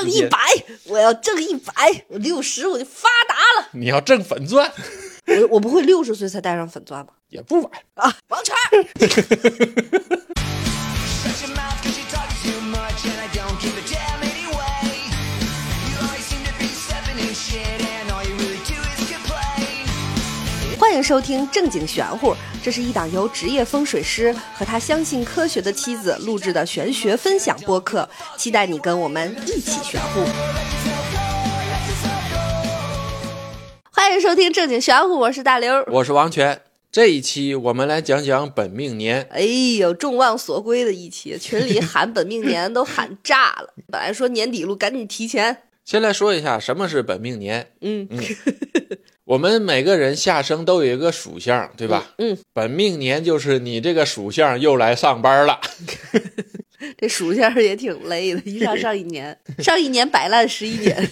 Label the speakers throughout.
Speaker 1: 挣一百，我要挣一百，我六十我就发达了。
Speaker 2: 你要挣粉钻
Speaker 1: 我我不会六十岁才戴上粉钻吧？
Speaker 2: 也不晚。
Speaker 1: 啊，王成儿，
Speaker 3: Shut your mouth cause you talk too much and I don't give a damn anyway. You always seem to be stepping in shit and all you really do is complain.
Speaker 1: 欢迎收听正经玄乎，这是一档由职业风水师和他相信科学的妻子录制的玄学分享播客，期待你跟我们一起玄乎。欢迎收听正经玄乎，我是大刘儿。
Speaker 2: 我是王权，这一期我们来讲讲本命年。
Speaker 1: 哎呦，众望所归的一期，群里喊本命年都喊炸了。本来说年底录，赶紧提前。
Speaker 2: 先来说一下什么是本命年。
Speaker 1: 嗯 嗯
Speaker 2: 我们每个人下生都有一个属相，对吧？
Speaker 1: 嗯，
Speaker 2: 本命年就是你这个属相又来上班了。
Speaker 1: 这数一下也挺累的，一上上一年，上一年摆烂十一年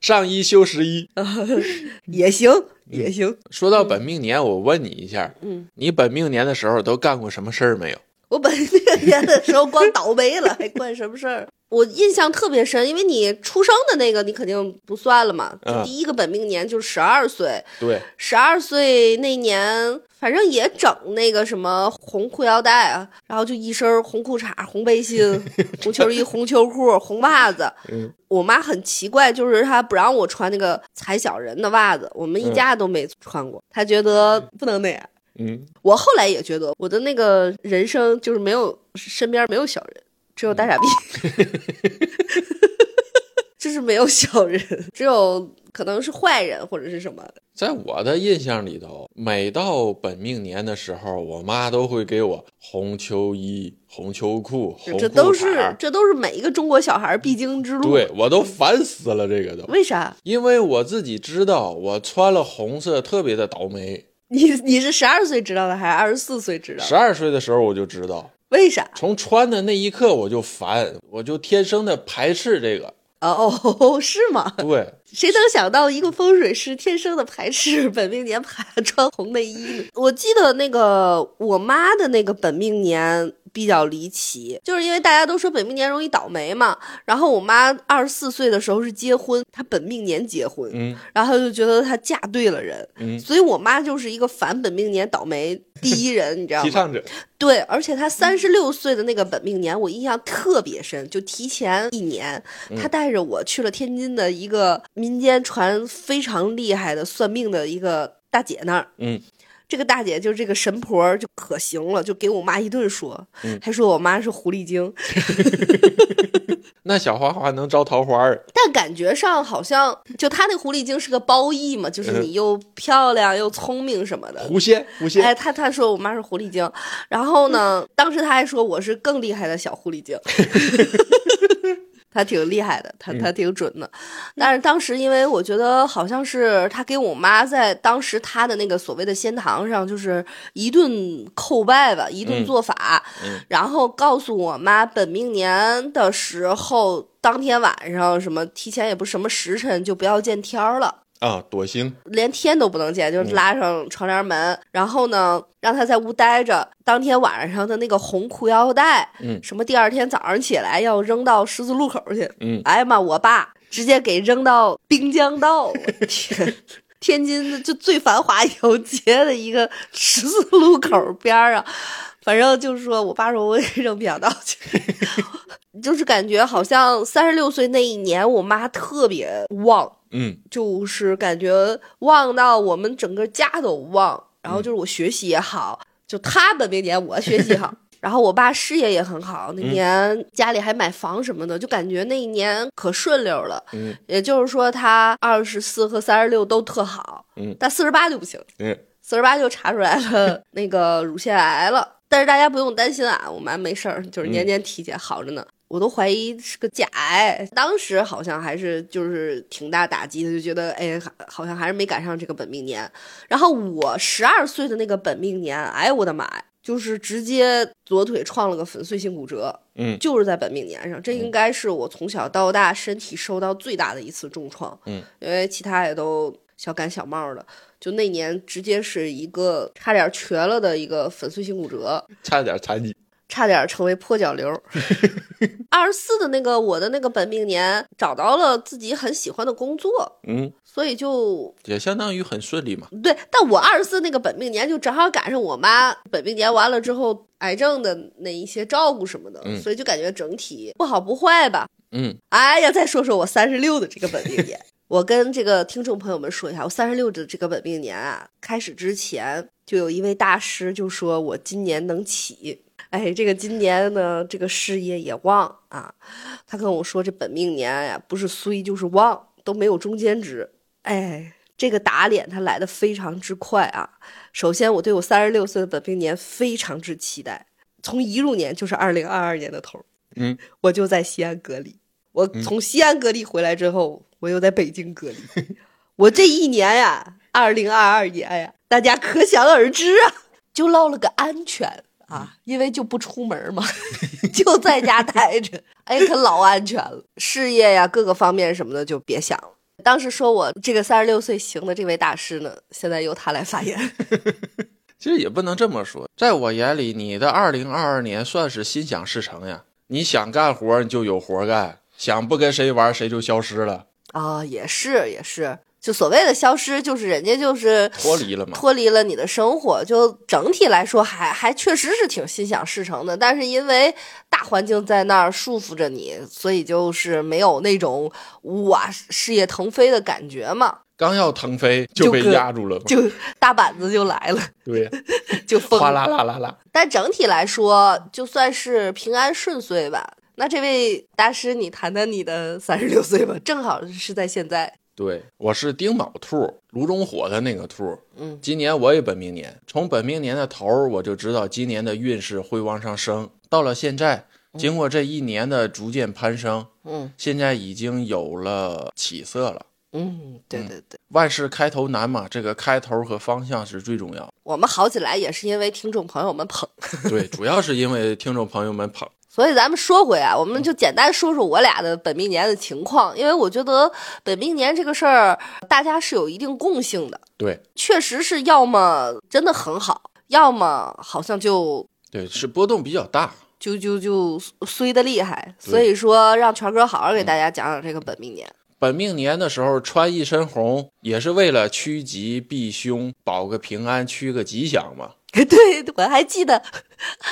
Speaker 2: 上一休十一。
Speaker 1: 嗯也行，也行。
Speaker 2: 说到本命年，我问你一下，
Speaker 1: 嗯，
Speaker 2: 你本命年的时候都干过什么事儿没有？
Speaker 1: 我本命年的时候光倒霉了，还关什么事儿？我印象特别深，因为你出生的那个你肯定不算了嘛。就
Speaker 2: 嗯
Speaker 1: 第一个本命年就是十二岁，
Speaker 2: 对，
Speaker 1: 十二岁那年，反正也整那个什么红裤腰带啊，然后就一身红裤衩、红背心、红秋衣、红秋裤、红袜子。
Speaker 2: 嗯
Speaker 1: 我妈很奇怪，就是她不让我穿那个踩小人的袜子，我们一家都没穿过，她觉得不能那样。
Speaker 2: 嗯，
Speaker 1: 我后来也觉得我的那个人生就是没有身边没有小人，只有大傻逼， 就是没有小人，只有可能是坏人或者是什么的。
Speaker 2: 在我的印象里头，每到本命年的时候，我妈都会给我红秋衣、红秋裤、红裤
Speaker 1: 这都
Speaker 2: 衩
Speaker 1: 是
Speaker 2: 儿
Speaker 1: 这都是每一个中国小孩必经之路。
Speaker 2: 对，我都烦死了，这个都，
Speaker 1: 为啥？
Speaker 2: 因为我自己知道，我穿了红色特别的倒霉。
Speaker 1: 你你是十二岁知道的还是二十四岁知道
Speaker 2: 十
Speaker 1: 的？
Speaker 2: 二岁的时候我就知道，
Speaker 1: 为啥？
Speaker 2: 从穿的那一刻我就烦，我就天生的排斥这个。
Speaker 1: 哦，是吗？
Speaker 2: 对，
Speaker 1: 谁能想到一个风水师天生的排斥本命年排穿红内衣呢？我记得那个我妈的那个本命年比较离奇，就是因为大家都说本命年容易倒霉嘛。然后我妈二十四岁的时候是结婚，她本命年结婚，
Speaker 2: 嗯
Speaker 1: 然后就觉得她嫁对了人，
Speaker 2: 嗯，
Speaker 1: 所以我妈就是一个反本命年倒霉第一人，你知道
Speaker 2: 提
Speaker 1: 吗？
Speaker 2: 倡者，
Speaker 1: 对，而且她三十六岁的那个本命年，我印象特别深，就提前一年，她带着我去了天津的一个民间传非常厉害的算命的一个大姐那儿。
Speaker 2: 嗯，
Speaker 1: 这个大姐就这个神婆儿就可行了，就给我妈一顿说，还说我妈是狐狸精，
Speaker 2: 那小花花能招桃花儿，
Speaker 1: 但感觉上好像就她那狐狸精是个褒义嘛，就是你又漂亮又聪明什么的，
Speaker 2: 狐仙，狐仙，
Speaker 1: 哎，他他说我妈是狐狸精，然后呢，当时他还说我是更厉害的小狐狸 精，他挺厉害的，他
Speaker 2: 嗯
Speaker 1: 他挺准的。但是当时因为我觉得好像是他给我妈在当时他的那个所谓的仙堂上，就是一顿叩拜吧，一顿
Speaker 2: 嗯
Speaker 1: 做法，
Speaker 2: 嗯
Speaker 1: 然后告诉我妈本命年的时候。当天晚上什么提前也不是什么时辰，就不要见天儿了。
Speaker 2: 啊，朵星，
Speaker 1: 连天都不能见，
Speaker 2: 嗯
Speaker 1: 就是拉上窗帘门，然后呢，让他在屋待着。当天晚上的那个红裤腰带，
Speaker 2: 嗯
Speaker 1: 什么第二天早上起来要扔到十字路口去。
Speaker 2: 嗯
Speaker 1: 哎呀妈，我爸直接给扔到滨江道， 我天，天津的就最繁华游街的一个十字路口边儿啊。反正就是说我爸说我也 扔滨江道去，就是感觉好像三十六岁那一年，我妈特别旺。
Speaker 2: 嗯
Speaker 1: 就是感觉旺到我们整个家都旺，然后就是我学习也好，就他本命年我学习好，然后我爸事业也很好，那年家里还买房什么的，就感觉那一年可顺溜了。
Speaker 2: 嗯
Speaker 1: 也就是说，他二十四和三十六都特好，
Speaker 2: 嗯
Speaker 1: 但四十八就不行，
Speaker 2: 嗯，
Speaker 1: 四十八就查出来了那个乳腺癌了。但是大家不用担心啊，我妈没事儿，就是年年体检好着呢。我都怀疑是个假癌，当时好像还是就是挺大打击的，就觉得哎，好像还是没赶上这个本命年。然后我十二岁的那个本命年，哎，我的妈呀，就是直接左腿撞了个粉碎性骨折，
Speaker 2: 嗯
Speaker 1: 就是在本命年上，这应该是我从小到大身体受到最大的一次重创，
Speaker 2: 嗯，
Speaker 1: 因为其他也都小感小冒的，就那年直接是一个差点瘸了的一个粉碎性骨折，
Speaker 2: 差点残疾，
Speaker 1: 差点成为破脚 瘤。二十四的那个我的那个本命年，找到了自己很喜欢的工作，
Speaker 2: 嗯，
Speaker 1: 所以就
Speaker 2: 也相当于很顺利嘛。
Speaker 1: 对，但我二十四那个本命年就正好赶上我妈本命年完了之后癌症的那一些照顾什么的，
Speaker 2: 嗯
Speaker 1: 所以就感觉整体不好不坏吧。
Speaker 2: 嗯，
Speaker 1: 哎呀，再说说我三十六的这个本命年， 我跟这个听众朋友们说一下，我三十六的这个本命年啊，开始之前就有一位大师就说我今年能起，哎，这个今年呢，这个事业也旺啊，他跟我说这本命年呀、不是衰就是旺，都没有中间值，哎。这个打脸他来的非常之快啊！首先，我对我三十六岁的本命年非常之期待。从一入年就是二零二二年的头，
Speaker 2: 嗯，
Speaker 1: 我就在西安隔离，我从西安隔离回来之后，我又在北京隔离。 我这一年呀，二零二二年呀，大家可想而知啊，就落了个安全啊，因为就不出门嘛， 就在家待着。哎，可老安全了，事业呀，各个方面什么的就别想了。当时说我这个三十六岁行的这位大师呢，现在由他来发言。
Speaker 2: 其实也不能这么说，在我眼里，你的二零二二年算是心想事成呀。你想干活，你就有活干；想不跟谁玩，谁就消失了，
Speaker 1: 啊，也是也是，就所谓的消失，就是人家就是
Speaker 2: 脱离了嘛。
Speaker 1: 脱离了你的生活，就整体来说还还确实是挺心想事成的，但是因为大环境在那儿束缚着你，所以就是没有那种哇事业腾飞的感觉嘛，
Speaker 2: 刚要腾飞
Speaker 1: 就
Speaker 2: 就被
Speaker 1: 搁
Speaker 2: 压住了嘛。
Speaker 1: 就大板子就来了，
Speaker 2: 对呀，
Speaker 1: 就疯
Speaker 2: 哗
Speaker 1: 了。
Speaker 2: 啦啦啦啦。
Speaker 1: 但整体来说，就算是平安顺遂吧。那这位大师，你谈谈你的三十六岁吧，正好是在现在。
Speaker 2: 对，我是丁卯兔，炉中火的那个兔。
Speaker 1: 嗯，
Speaker 2: 今年我也本命年，从本命年的头儿我就知道今年的运势会往上升。到了现在，经过这一年的逐渐攀升，
Speaker 1: 嗯
Speaker 2: 现在已经有了起色了。
Speaker 1: 嗯，对对对。
Speaker 2: 万事开头难嘛，这个开头和方向是最重要。
Speaker 1: 我们好起来也是因为听众朋友们捧，
Speaker 2: 对，主要是因为听众朋友们捧。
Speaker 1: 所以咱们说回啊，我
Speaker 2: 嗯
Speaker 1: 们就简单说说我俩的本命年的情况，因为我觉得本命年这个事儿，大家是有一定共性的，
Speaker 2: 对
Speaker 1: 确实是要么真的很好，要么好像就
Speaker 2: 对，是波动比较大。
Speaker 1: 就就就衰的厉害，
Speaker 2: 对嗯
Speaker 1: 所以说让权哥好好给大家讲讲这个本命年。
Speaker 2: 本命年的时候穿一身红，也是为了趋吉避凶，保个平安，趋个吉祥嘛。
Speaker 1: 对，我还记得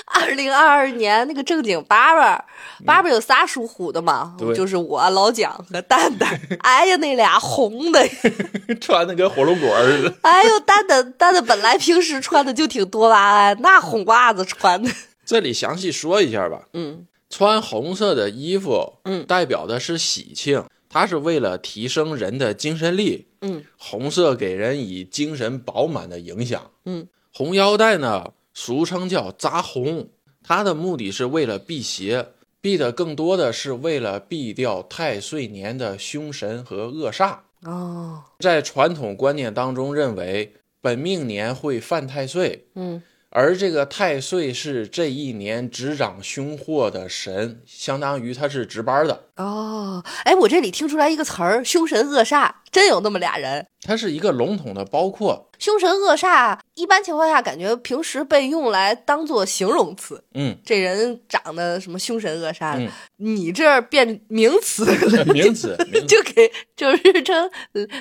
Speaker 1: 二零二二年那个正经八八，八八有仨属虎的嘛，
Speaker 2: 嗯对
Speaker 1: 就是我老蒋和蛋蛋。 哎呀，那俩红的，
Speaker 2: 穿的跟火龙果似的。
Speaker 1: 哎呦，蛋蛋蛋蛋本来平时穿的就挺多巴胺，那红袜子穿的，
Speaker 2: 这里详细说一下吧。
Speaker 1: 嗯
Speaker 2: 穿红色的衣服，
Speaker 1: 嗯
Speaker 2: 代表的是喜庆，它是为了提升人的精神力。
Speaker 1: 嗯，
Speaker 2: 红色给人以精神饱满的影响。
Speaker 1: 嗯，
Speaker 2: 红腰带呢，俗称叫扎红，它的目的是为了辟邪，避的更多的是为了避掉太岁年的凶神和恶煞。
Speaker 1: 哦，
Speaker 2: 在传统观念当中，认为本命年会犯太岁，
Speaker 1: 嗯
Speaker 2: 而这个太岁是这一年执掌凶祸的神，相当于他是值班的，
Speaker 1: 哦，哎，我这里听出来一个词儿，凶神恶煞，真有那么俩人。
Speaker 2: 它是一个笼统的包括。
Speaker 1: 凶神恶煞，一般情况下感觉平时被用来当做形容词，
Speaker 2: 嗯，
Speaker 1: 这人长得什么凶神恶煞的，
Speaker 2: 嗯
Speaker 1: 你这儿变名词了，
Speaker 2: 名词，名词
Speaker 1: 就给就是称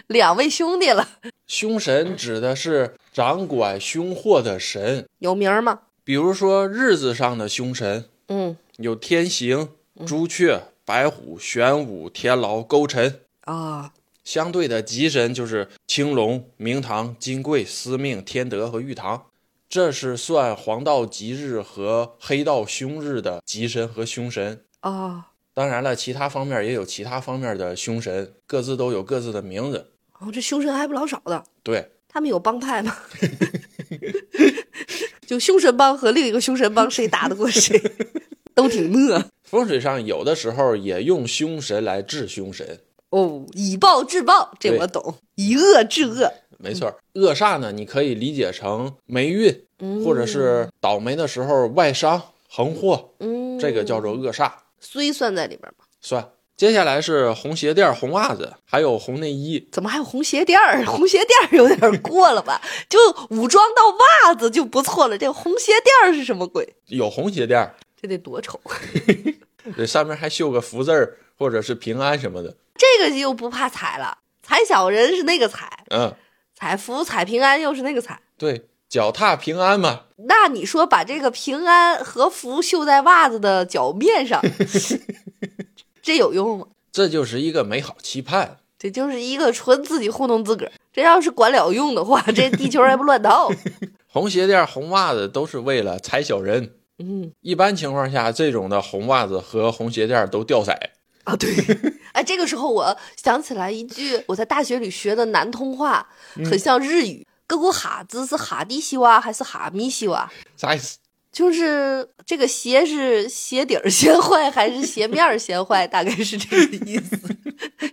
Speaker 1: 两位兄弟了，
Speaker 2: 凶神指的是掌管凶祸的神，
Speaker 1: 有名儿吗？
Speaker 2: 比如说日子上的凶神
Speaker 1: 嗯，
Speaker 2: 有天刑、朱雀、白虎、玄武、天牢、勾陈。
Speaker 1: 啊、
Speaker 2: 相对的吉神就是青龙、明堂、金匮、司命、天德和玉堂，这是算黄道吉日和黑道凶日的吉神和凶神。
Speaker 1: 啊、
Speaker 2: 当然了，其他方面也有其他方面的凶神，各自都有各自的名字。
Speaker 1: 哦，这凶神还不老少的，
Speaker 2: 对，
Speaker 1: 他们有帮派吗？ 就凶神帮和另一个凶神帮谁打得过谁，都挺讷
Speaker 2: 风水上有的时候也用凶神来治凶神，
Speaker 1: 哦，以暴制暴，这
Speaker 2: 对
Speaker 1: 我懂，以恶制恶，
Speaker 2: 没错儿。恶煞呢，你可以理解成霉运，或者是倒霉的时候外伤、横祸，
Speaker 1: 嗯，
Speaker 2: 这个叫做恶煞。
Speaker 1: 虽算在里边吗？
Speaker 2: 算。接下来是红鞋垫、红袜子，还有红内衣。
Speaker 1: 怎么还有红鞋垫儿？ 红鞋垫儿有点过了吧？就武装到袜子就不错了，这红鞋垫儿是什么鬼？
Speaker 2: 有红鞋垫，
Speaker 1: 这得多丑！
Speaker 2: 对，上面还绣个福字儿或者是平安什么的，
Speaker 1: 这个又不怕踩了，踩小人是那个踩，
Speaker 2: 嗯，
Speaker 1: 踩福踩平安又是那个踩。
Speaker 2: 对，脚踏平安嘛，
Speaker 1: 那你说把这个平安和福绣在袜子的脚面上，这有用吗？
Speaker 2: 这就是一个美好期盼。
Speaker 1: 这就是一个纯自己糊弄自个儿。这要是管了用的话，这地球还不乱套？
Speaker 2: 红鞋垫、红袜子都是为了踩小人。
Speaker 1: 嗯
Speaker 2: 一般情况下，这种的红袜子和红鞋垫都掉色。
Speaker 1: 啊，对。哎，这个时候我想起来一句我在大学里学的南通话，很像日语。各国哈子是哈地西哇还是哈咪西哇？
Speaker 2: 啥意思？
Speaker 1: 就是这个鞋是鞋底儿先坏还是鞋面儿先坏，大概是这个意思。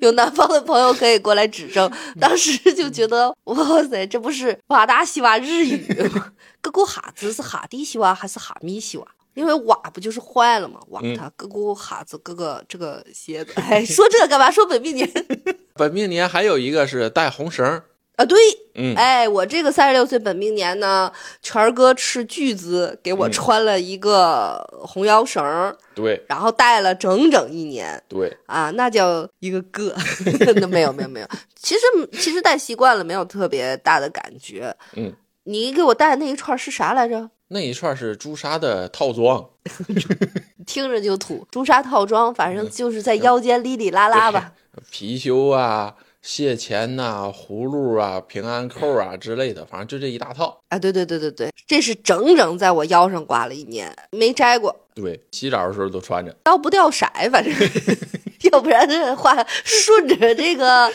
Speaker 1: 有南方的朋友可以过来指正。当时就觉得，哇塞，这不是瓦达西瓦日语吗？各古哈子是哈地西瓦还是哈米西瓦？因为瓦不就是坏了吗？瓦
Speaker 2: 嗯
Speaker 1: 它各古哈子各个这个鞋子，哎，说这干嘛？说本命年
Speaker 2: 本命年还有一个是带红绳儿，
Speaker 1: 啊？对，
Speaker 2: 嗯，
Speaker 1: 哎，我这个三十六岁本命年呢，权儿哥斥巨资给我
Speaker 2: 嗯
Speaker 1: 穿了一个红腰绳儿。
Speaker 2: 对
Speaker 1: 然后戴了整整一年
Speaker 2: 对，
Speaker 1: 啊，那叫一个个。那没有没有没有，其实其实戴习惯了，没有特别大的感觉。
Speaker 2: 嗯，
Speaker 1: 你给我戴那一串是啥来着？
Speaker 2: 那一串是朱砂的套装，
Speaker 1: 听着就土，朱砂套装，反正就是在腰间哩哩啦啦吧。
Speaker 2: 貔貅啊、蟹钳呐、葫芦啊、平安扣啊之类的，反正就这一大套。
Speaker 1: 啊，对对对对对，这是整整在我腰上挂了一年，没摘过，
Speaker 2: 对，洗澡的时候都穿着，
Speaker 1: 刀不掉色，反正。要不然这话顺着这个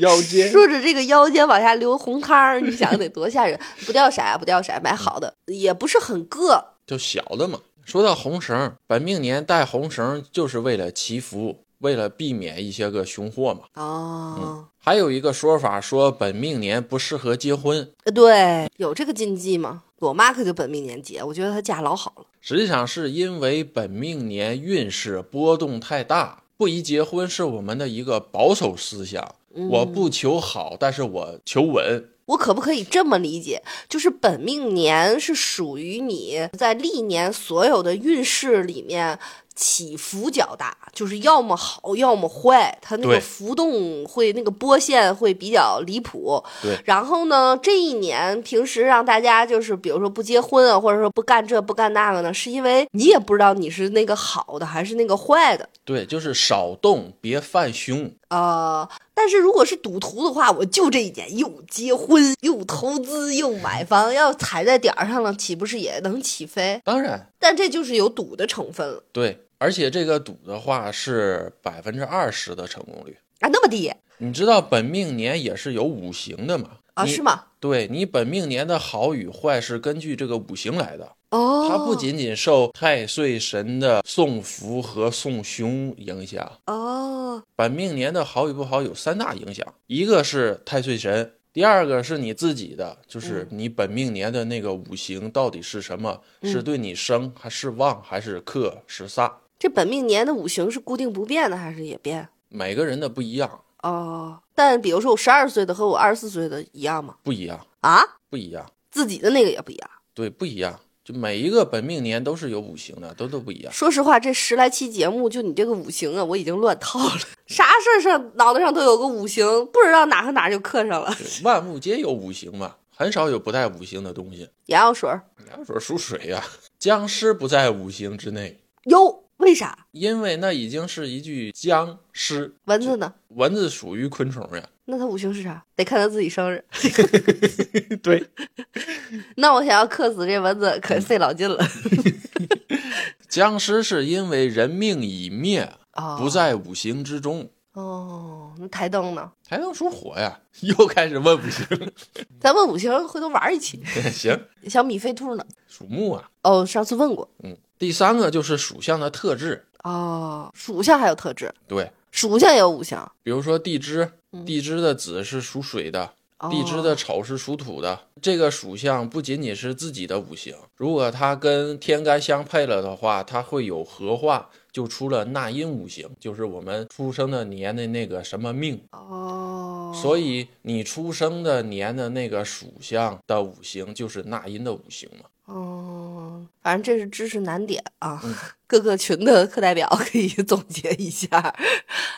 Speaker 2: 腰间
Speaker 1: 顺着这个腰间往下流红汤儿，你想得多吓人！不掉色啊，不掉色，买好的也不是很硌。
Speaker 2: 就小的嘛。说到红绳，本命年带红绳就是为了祈福，为了避免一些个凶祸嘛。
Speaker 1: 哦，
Speaker 2: 还有一个说法说本命年不适合结婚，
Speaker 1: 呃对，有这个禁忌吗？我妈可就本命年结，我觉得她嫁老好了。
Speaker 2: 实际上是因为本命年运势波动太大，不宜结婚是我们的一个保守思想。我不求好，但是我求稳。
Speaker 1: 我可不可以这么理解？就是本命年是属于你在历年所有的运势里面起伏较大，就是要么好，要么坏，它那
Speaker 2: 对
Speaker 1: 个浮动会那个波线会比较离谱。
Speaker 2: 对
Speaker 1: 然后呢，这一年平时让大家就是比如说不结婚啊，或者说不干这不干那个呢，是因为你也不知道你是那个好的还是那个坏的。
Speaker 2: 对，就是少动，别犯凶。
Speaker 1: 呃，但是如果是赌徒的话，我就这一点，又结婚又投资又买房，要踩在点儿上了，岂不是也能起飞？
Speaker 2: 当然，
Speaker 1: 但这就是有赌的成分了
Speaker 2: 对，而且这个赌的话是百分之二十的成功率。
Speaker 1: 啊，那么低
Speaker 2: 你知道本命年也是有五行的嘛？
Speaker 1: 啊，
Speaker 2: 你
Speaker 1: 是？吗？
Speaker 2: 对你本命年的好与坏是根据这个五行来的，
Speaker 1: 哦，
Speaker 2: 它不仅仅受太岁神的送福和送凶影响。
Speaker 1: 哦，
Speaker 2: 本命年的好与不好有三大影响，一个是太岁神，第二个是你自己的，就是你本命年的那个五行到底是什么，是对你生还是旺还是克是煞，
Speaker 1: 这本命年的五行是固定不变的还是也变？
Speaker 2: 每个人的不一样，
Speaker 1: 哦，但比如说我十二岁的和我二十四岁的一样吗？
Speaker 2: 不一样，
Speaker 1: 啊，
Speaker 2: 不一样，
Speaker 1: 自己的那个也不一样。
Speaker 2: 对，不一样。就每一个本命年都是有五行的，都都不一样。
Speaker 1: 说实话，这十来期节目，就你这个五行啊，我已经乱套了， 啥事儿上脑袋上都有个五行，不知道哪和哪就刻上了。
Speaker 2: 对万物皆有五行嘛，很少有不带五行的东西。
Speaker 1: 眼药水儿
Speaker 2: 你要说属水呀、僵尸不在五行之内，
Speaker 1: 哟，为啥？
Speaker 2: 因为那已经是一句僵尸。
Speaker 1: 蚊子呢？
Speaker 2: 蚊子属于昆虫呀，
Speaker 1: 那它五行是啥？得看它自己生日。
Speaker 2: 对，
Speaker 1: 那我想要克死这蚊子，可费老劲了。
Speaker 2: 僵尸是因为人命已灭，
Speaker 1: 哦，
Speaker 2: 嗯不在五行之中。
Speaker 1: 哦，那台灯呢？
Speaker 2: 还能属火呀？又开始问五行。
Speaker 1: 咱问五行，回头玩一起。
Speaker 2: 行，
Speaker 1: 小米飞兔呢？
Speaker 2: 属木啊。
Speaker 1: 哦，上次问过。
Speaker 2: 嗯，第三个就是属相的特质。
Speaker 1: 哦，属相还有特质，
Speaker 2: 对，
Speaker 1: 属相也有五行。
Speaker 2: 比如说地支，地支的子是属水的，
Speaker 1: 哦
Speaker 2: 地支的丑是属土的。这个属相不仅仅是自己的五行，如果它跟天干相配了的话，它会有合化，就出了纳音五行，就是我们出生的年的那个什么命。
Speaker 1: 哦，
Speaker 2: 所以你出生的年的那个属相的五行就是纳音的五行嘛。
Speaker 1: 哦，反正这是知识难点啊， 各个群的课代表可以总结一下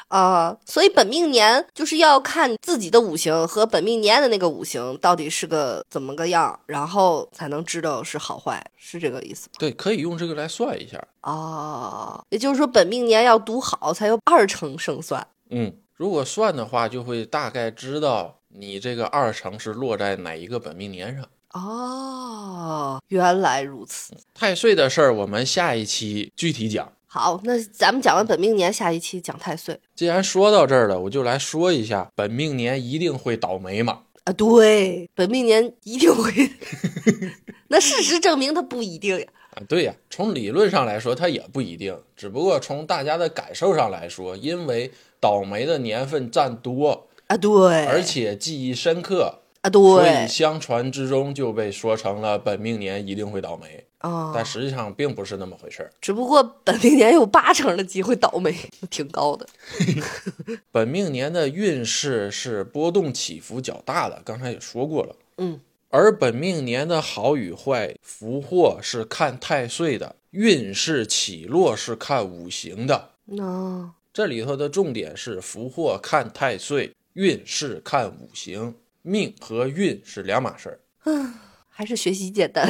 Speaker 1: 啊。所以本命年就是要看自己的五行和本命年的那个五行到底是个怎么个样，然后才能知道是好坏，是这个意思吗？
Speaker 2: 对，可以用这个来算一下。
Speaker 1: 哦，也就是说本命年要读好才有二成胜算。
Speaker 2: 嗯，如果算的话，就会大概知道你这个二乘是落在哪一个本命年上。
Speaker 1: 哦，原来如此。
Speaker 2: 太岁的事儿，我们下一期具体讲。
Speaker 1: 好，那咱们讲完本命年，下一期讲太岁
Speaker 2: 既然说到这儿了，我就来说一下本命年一定会倒霉嘛。
Speaker 1: 啊。对，本命年一定会。 那事实证明它不一定呀。
Speaker 2: 啊，对呀，从理论上来说，它也不一定，只不过从大家的感受上来说，因为倒霉的年份占多，
Speaker 1: 啊，对，
Speaker 2: 而且记忆深刻，
Speaker 1: 啊，
Speaker 2: 所以
Speaker 1: 对，
Speaker 2: 相传之中就被说成了本命年一定会倒霉，
Speaker 1: 啊，
Speaker 2: 但实际上并不是那么回事儿。
Speaker 1: 只不过本命年有八成的机会倒霉，挺高的。
Speaker 2: 本命年的运势是波动起伏较大的，刚才也说过了。
Speaker 1: 嗯，
Speaker 2: 而本命年的好与坏、福祸是看太岁的，运势起落是看五行的。
Speaker 1: 那、啊、
Speaker 2: 这里头的重点是福祸看太岁，运势看五行，命和运是两码事儿。
Speaker 1: 还是学习简单。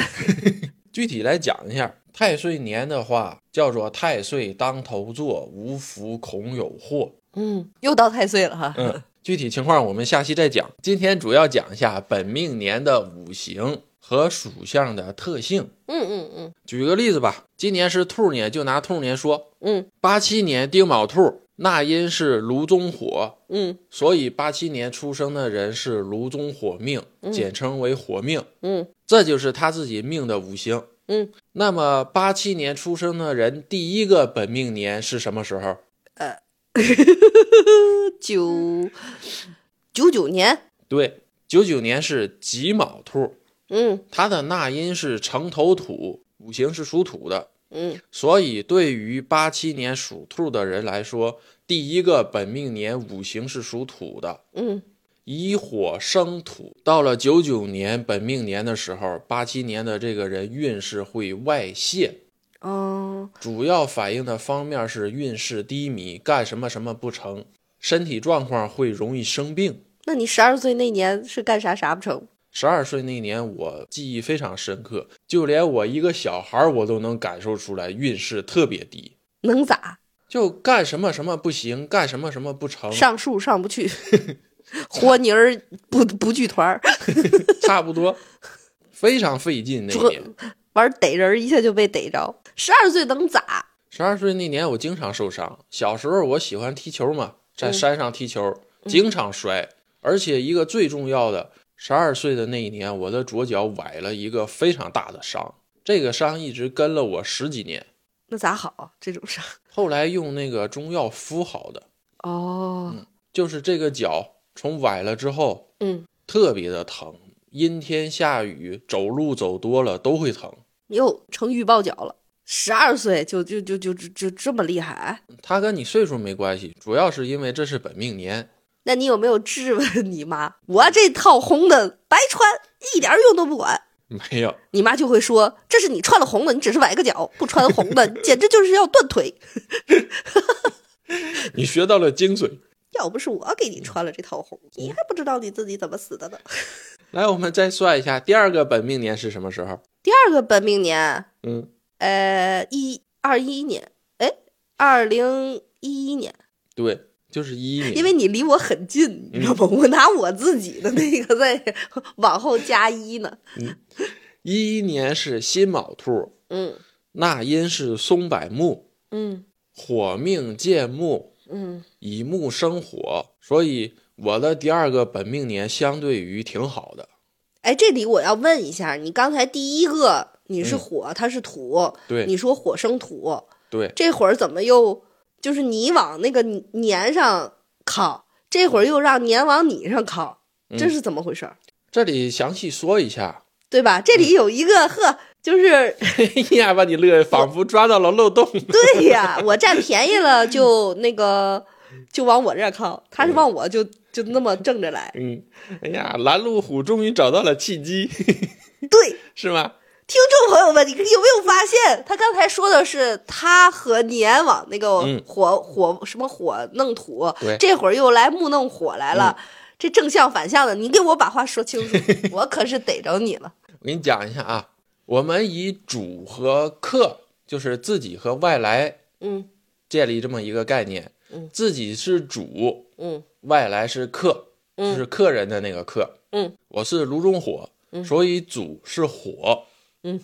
Speaker 2: 具体来讲一下，太岁年的话叫做太岁当头坐，无福恐有祸。
Speaker 1: 嗯，又到太岁了哈。
Speaker 2: 嗯，具体情况我们下期再讲。今天主要讲一下本命年的五行和属相的特性。
Speaker 1: 嗯嗯嗯
Speaker 2: 举个例子吧，今年是兔年，就拿兔年说，
Speaker 1: 嗯
Speaker 2: 八七年丁卯兔，那因是炉中火，
Speaker 1: 嗯
Speaker 2: 所以八七年出生的人是炉中火命，简称为火命，
Speaker 1: 嗯
Speaker 2: 这就是他自己命的五行。
Speaker 1: 嗯，
Speaker 2: 那么八七年出生的人第一个本命年是什么时候？
Speaker 1: 九九九年，
Speaker 2: 对，九九年是己卯兔，
Speaker 1: 嗯
Speaker 2: 它的纳音是城头土，五行是属土的，
Speaker 1: 嗯
Speaker 2: 所以对于八七年属兔的人来说，第一个本命年五行是属土的，
Speaker 1: 嗯
Speaker 2: 以火生土。到了九九年本命年的时候，八七年的这个人运势会外泄，
Speaker 1: 嗯
Speaker 2: 主要反映的方面是运势低迷，干什么什么不成，身体状况会容易生病。
Speaker 1: 那你十二岁那年是干啥啥不成？
Speaker 2: 十二岁那年，我记忆非常深刻，就连我一个小孩儿我都能感受出来运势特别低，
Speaker 1: 能咋？
Speaker 2: 就干什么什么不行，干什么什么不成，
Speaker 1: 上树上不去， 和泥儿不不聚团儿，
Speaker 2: 差不多，非常费 劲那
Speaker 1: 准
Speaker 2: 年。
Speaker 1: 玩儿逮人儿一下就被逮着。十二岁能咋？
Speaker 2: 十二岁那年，我经常受伤。小时候我喜欢踢球嘛，在山上踢球，经常摔，而且一个最重要的，十二岁的那一年，我的左脚崴了一个非常大的伤，这个伤一直跟了我十几年，
Speaker 1: 那咋好啊？这种事儿
Speaker 2: 后来用那个中药敷好的。
Speaker 1: 哦，
Speaker 2: 就是这个脚从崴了之后
Speaker 1: 嗯，
Speaker 2: 特别的疼，阴天下雨走路走多了都会疼。
Speaker 1: 又成预报脚了。十二岁就就就就就就这么厉害？啊
Speaker 2: 它跟你岁数没关系，主要是因为这是本命年。
Speaker 1: 那你有没有质问你妈？我这套红的白穿，一点儿用都不管。
Speaker 2: 没有，
Speaker 1: 你妈就会说：“这是你穿了红的，你只是崴个脚；不穿红的，简直就是要断腿。
Speaker 2: 你学到了精髓。
Speaker 1: 要不是我给你穿了这套红，你还不知道你自己怎么死的呢。”
Speaker 2: 来，我们再算一下第二个本命年是什么时候？
Speaker 1: 第二个本命年，
Speaker 2: 嗯，
Speaker 1: 呃，一二一年，哎，二零一一年，
Speaker 2: 对，嗯就是一一年。
Speaker 1: 因为你离我很近，你知道吗？我拿我自己的那个在 往后加一呢。
Speaker 2: 一一年是辛卯兔，
Speaker 1: 嗯
Speaker 2: 那因是松柏木，
Speaker 1: 嗯
Speaker 2: 火命见木，
Speaker 1: 嗯，
Speaker 2: 以木生火，所以我的第二个本命年相对于挺好的。
Speaker 1: 哎，这里我要问一下，你刚才第一个你是
Speaker 2: 嗯
Speaker 1: 火，它是土，
Speaker 2: 对
Speaker 1: 你说火生土，
Speaker 2: 对，
Speaker 1: 这会儿怎么又就是你往那个年上靠，这会儿又让年往你上靠，
Speaker 2: 嗯
Speaker 1: 这是怎么回事儿？
Speaker 2: 这里详细说一下。
Speaker 1: 对吧？这
Speaker 2: 嗯
Speaker 1: 里有一个呵，就是
Speaker 2: 哎呀，把你乐，仿佛抓到了漏洞。
Speaker 1: 对呀，我占便宜了就那个就往我这儿靠，他是往我就就那么正着来。
Speaker 2: 嗯，哎呀，拦路虎终于找到了契机，
Speaker 1: 对
Speaker 2: 是吗？
Speaker 1: 听众朋友们，你有没有发现，他刚才说的是他和年往那个
Speaker 2: 嗯
Speaker 1: 火、火什么火弄土
Speaker 2: 对，
Speaker 1: 这会儿又来木弄火来了，这正向反向的，你给我把话说清楚， 我可是逮着你了。
Speaker 2: 我给你讲一下啊，我们以主和客，就是自己和外来，
Speaker 1: 嗯
Speaker 2: 建立这么一个概念。
Speaker 1: 嗯
Speaker 2: 自己是主，
Speaker 1: 嗯
Speaker 2: 外来是客，
Speaker 1: 嗯
Speaker 2: 就是客人的那个客。
Speaker 1: 嗯，
Speaker 2: 我是炉中火，
Speaker 1: 嗯
Speaker 2: 所以主是火。
Speaker 1: 嗯，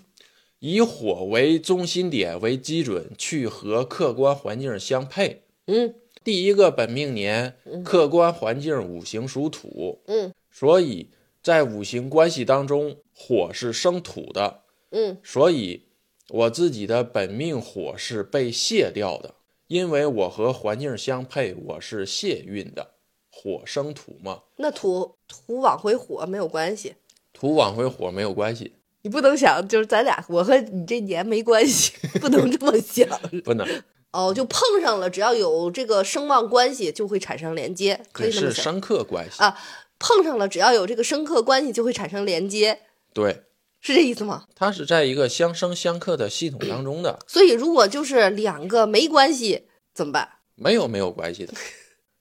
Speaker 2: 以火为中心点为基准，去和客观环境相配。
Speaker 1: 嗯
Speaker 2: 第一个本命年，客观环境五行属土，
Speaker 1: 嗯
Speaker 2: 所以在五行关系当中，火是生土的，
Speaker 1: 嗯
Speaker 2: 所以我自己的本命火是被泄掉的，因为我和环境相配，我是泄运的，火生土嘛，
Speaker 1: 那土土往回火没有关系，
Speaker 2: 土往回火没有关系，
Speaker 1: 你不能想就是咱俩我和你这年没关系，不能这么想。
Speaker 2: 不能，
Speaker 1: 哦，就碰上了，只要有这个声望关系，就会产生连接， 可以这么
Speaker 2: 是
Speaker 1: 想
Speaker 2: 生克关系，
Speaker 1: 啊。碰上了，只要有这个生克关系，就会产生连接，
Speaker 2: 对，
Speaker 1: 是这意思吗？
Speaker 2: 它是在一个相生相克的系统当中的，
Speaker 1: 所以如果就是两个没关系怎么办？
Speaker 2: 没有没有关系的。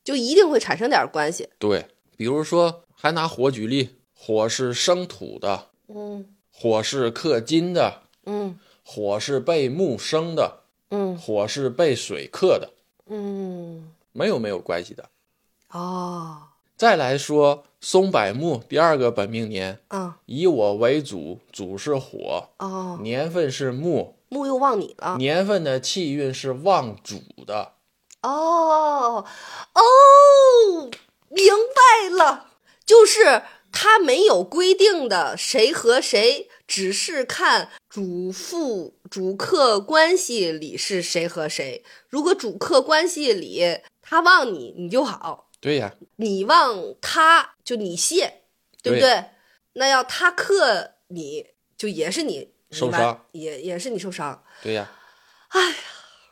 Speaker 1: 就一定会产生点关系。
Speaker 2: 对，比如说还拿火举例，火是生土的，
Speaker 1: 嗯
Speaker 2: 火是克金的，
Speaker 1: 嗯
Speaker 2: 火是被木生的，
Speaker 1: 嗯
Speaker 2: 火是被水克的，
Speaker 1: 嗯，
Speaker 2: 没有没有关系的。
Speaker 1: 哦，
Speaker 2: 再来说松柏木第二个本命年，
Speaker 1: 啊
Speaker 2: 以我为主，主是火，
Speaker 1: 哦，
Speaker 2: 年份是木，
Speaker 1: 木又忘你了。
Speaker 2: 年份的气运是旺主的，
Speaker 1: 哦哦，明白了，就是他没有规定的谁和谁，只是看主副主客关系里是谁和谁。如果主客关系里他忘你，你就好；
Speaker 2: 对呀，
Speaker 1: 你忘他，就你谢，对不
Speaker 2: 对
Speaker 1: 对？那要他克你，就也是你
Speaker 2: 受，
Speaker 1: 你
Speaker 2: 伤
Speaker 1: 完也也是你受伤。
Speaker 2: 对呀，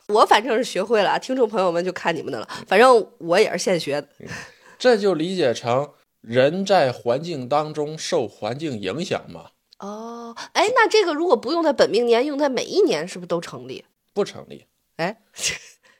Speaker 1: 我反正是学会了啊，听众朋友们就看你们的了。反正我也是现学的。
Speaker 2: 这就理解成人在环境当中受环境影响嘛，
Speaker 1: 哦，哎，那这个如果不用在本命年，用在每一年是不是都成立？
Speaker 2: 不成立。
Speaker 1: 哎，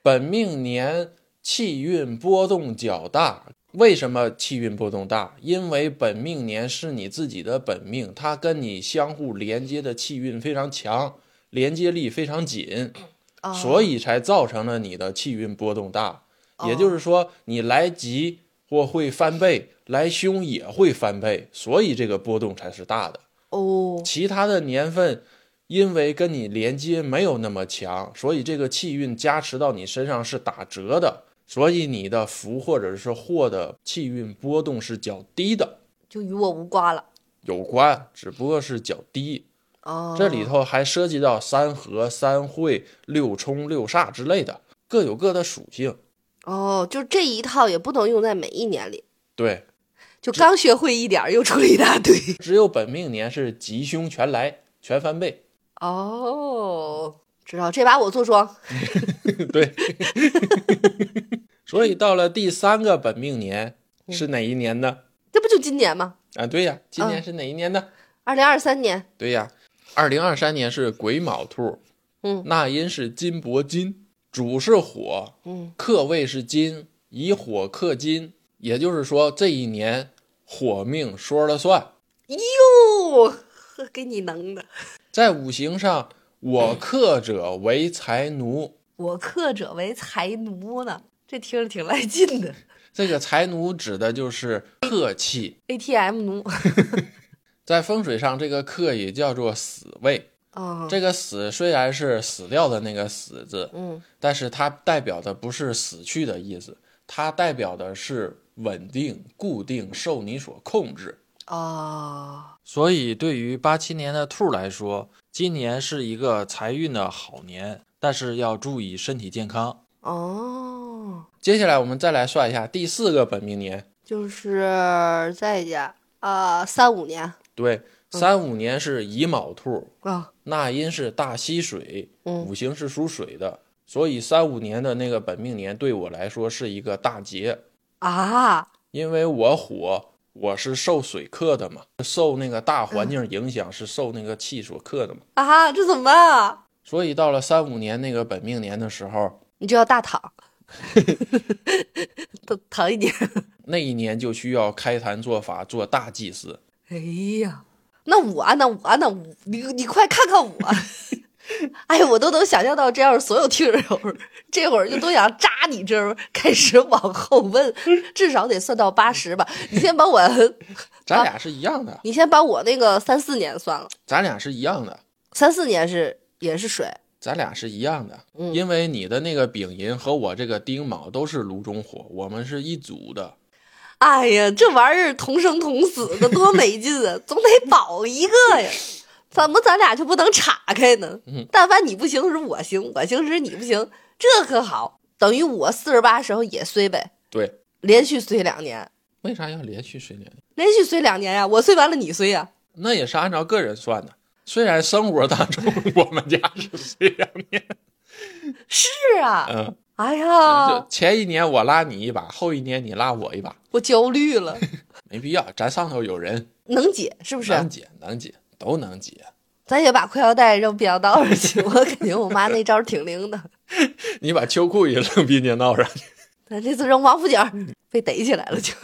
Speaker 2: 本命年气运波动较大。为什么气运波动大？因为本命年是你自己的本命，它跟你相互连接的气运非常强，连接力非常紧，
Speaker 1: 哦、
Speaker 2: 所以才造成了你的气运波动大。也就是说，你来吉或会翻倍，来凶也会翻倍，所以这个波动才是大的。
Speaker 1: 哦，
Speaker 2: 其他的年份，因为跟你连接没有那么强，所以这个气运加持到你身上是打折的，所以你的福或者是祸的气运波动是较低的，
Speaker 1: 就与我无瓜了。
Speaker 2: 有关，只不过是较低。
Speaker 1: 哦，
Speaker 2: 这里头还涉及到三合、三会、六冲、六煞之类的，各有各的属性。
Speaker 1: 哦，就这一套也不能用在每一年里，
Speaker 2: 对，
Speaker 1: 就刚学会一点儿又出了一大堆。
Speaker 2: 只有本命年是吉凶全来，全翻倍。
Speaker 1: 哦，知道这把我坐庄。
Speaker 2: 对，所以到了第三个本命年是哪一年呢？
Speaker 1: 这不就今年吗？
Speaker 2: 啊，对呀，今年
Speaker 1: 嗯
Speaker 2: 是哪一年呢？
Speaker 1: 二零二三年。
Speaker 2: 对呀，二零二三年是癸卯兔，
Speaker 1: 嗯
Speaker 2: 那音是金箔金，主是火，
Speaker 1: 嗯，
Speaker 2: 克位是金，以火克金，也就是说这一年火命说了算，
Speaker 1: 哟， 呵给你能的。
Speaker 2: 在五行上，我克者为财奴，
Speaker 1: 我克者为财奴呢，这听着挺来劲的。
Speaker 2: 这个财奴指的就是客气，
Speaker 1: ATM 奴。
Speaker 2: 在风水上，这个克也叫做死位。
Speaker 1: 哦，
Speaker 2: 这个死虽然是死掉的那个死字，
Speaker 1: 嗯，
Speaker 2: 但是它代表的不是死去的意思，它代表的是稳定、固定、受你所控制。
Speaker 1: 哦。
Speaker 2: 所以，对于八七年的兔来说，今年是一个财运的好年，但是要注意身体健康。
Speaker 1: 哦，
Speaker 2: 接下来，我们再来算一下第四个本命年。
Speaker 1: 就是再加啊，三五年
Speaker 2: 对，三五年是乙卯兔，
Speaker 1: 啊，
Speaker 2: 那因是大溪水，
Speaker 1: 嗯
Speaker 2: 五行是属水的，所以三五年的那个本命年对我来说是一个大劫，
Speaker 1: 啊，
Speaker 2: 因为我火，我是受水克的嘛，受那个大环境影响，是受那个气所克的嘛。
Speaker 1: 啊，这怎么办啊？
Speaker 2: 所以到了三五年那个本命年的时候，
Speaker 1: 你就要大 躺，躺躺一点。
Speaker 2: 那一年就需要开坛做法，做大祭司。
Speaker 1: 哎呀，那我啊那我啊那我，你你快看看我， 哎呀，我都能想象到，这要是所有听友 这会儿就都想扎你这儿开始往后 问，至少得算到八十吧。你先把我，
Speaker 2: 咱俩是一样的，
Speaker 1: 你先把我那个三四年算了，
Speaker 2: 咱俩是一样的，
Speaker 1: 三四年是也是水，
Speaker 2: 咱俩是一样的。
Speaker 1: 嗯
Speaker 2: 因为你的那个丙寅和我这个丁卯都是炉中火，我们是一组的。
Speaker 1: 哎呀，这玩意儿同生同死的多没劲 啊，总得保一个呀。怎么咱俩就不能岔开呢？
Speaker 2: 嗯
Speaker 1: 但凡你不行时我行，我行时你不行，这可好，等于我四十八时候也衰呗，
Speaker 2: 对，
Speaker 1: 连续衰两年，
Speaker 2: 为啥要连续十年？
Speaker 1: 连续衰两年呀、我衰完了你衰呀、
Speaker 2: 那也是按照个人算的。虽然生活当中 我们家是这样的，
Speaker 1: 是啊，
Speaker 2: 嗯，
Speaker 1: 哎
Speaker 2: 就
Speaker 1: 呀，
Speaker 2: 前一年我拉你一把，后一年你拉我一把，
Speaker 1: 我焦虑 了，
Speaker 2: 没必要。咱上头有人
Speaker 1: 能解是啊不是？
Speaker 2: 能解，能解都能解。
Speaker 1: 咱也把裤腰带扔便当道上去，我 感觉我妈那招儿挺灵的。
Speaker 2: 你把秋裤也扔冰间道上，
Speaker 1: 咱这次扔王府井儿
Speaker 2: 嗯
Speaker 1: 被逮起来了就。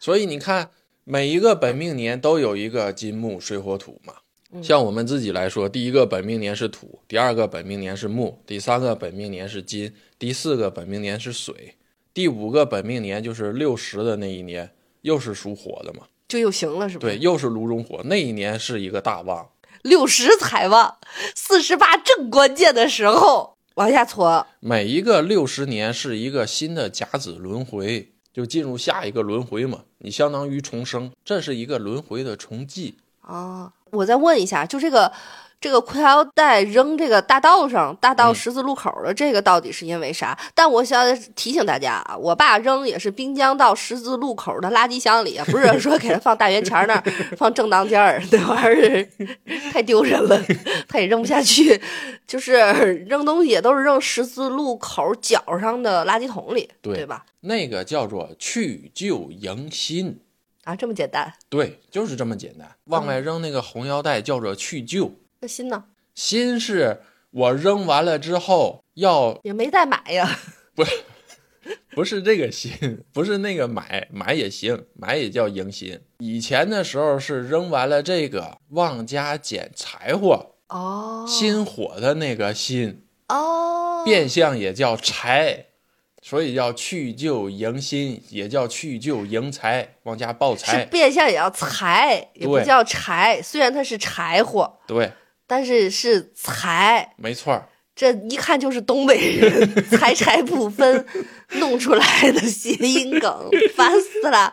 Speaker 2: 所以你看，每一个本命年都有一个金木水火土嘛。像我们自己来说，第一个本命年是土，第二个本命年是木，第三个本命年是金，第四个本命年是水，第五个本命年就是六十的那一年，又是属火的嘛。
Speaker 1: 就又行了，是吧？
Speaker 2: 对，，又是炉中火，那一年是一个大旺。
Speaker 1: 六十才旺，四十八正关键的时候往下搓，
Speaker 2: 每一个六十年是一个新的甲子轮回，就进入下一个轮回嘛，你相当于重生，这是一个轮回的重祭。
Speaker 1: 啊，我再问一下，就这个这个裤腰带扔这个大道上，大道十字路口的这个到底是因为啥？但我想提醒大家啊，我爸扔也是滨江道十字路口的垃圾箱里，啊不是说给他放大圆钱儿那儿放正当间儿，那玩意儿太丢人了，他也扔不下去，就是扔东西也都是扔十字路口角上的垃圾桶里，
Speaker 2: 对
Speaker 1: 吧？
Speaker 2: 那个叫做去旧迎新，
Speaker 1: 啊，这么简单。
Speaker 2: 对，就是这么简单。往外扔那个红腰带叫做去旧，
Speaker 1: 那新呢？
Speaker 2: 新是我扔完了之后要
Speaker 1: 也没再买呀。
Speaker 2: 不是这个新， 不是那个买买也行，买也叫迎新。以前的时候是扔完了这个往家捡柴火，
Speaker 1: 哦，
Speaker 2: 新火的那个新，
Speaker 1: 哦，
Speaker 2: 变相也叫柴，所以叫去旧迎新，也叫去旧迎财，往家抱
Speaker 1: 是
Speaker 2: 财。
Speaker 1: 变相也要柴，也不
Speaker 2: 对
Speaker 1: 叫柴，虽然它是柴火，
Speaker 2: 对，
Speaker 1: 但是是柴，
Speaker 2: 没错儿。
Speaker 1: 这一看就是东北人 财柴不分弄出来的谐音梗，烦死了。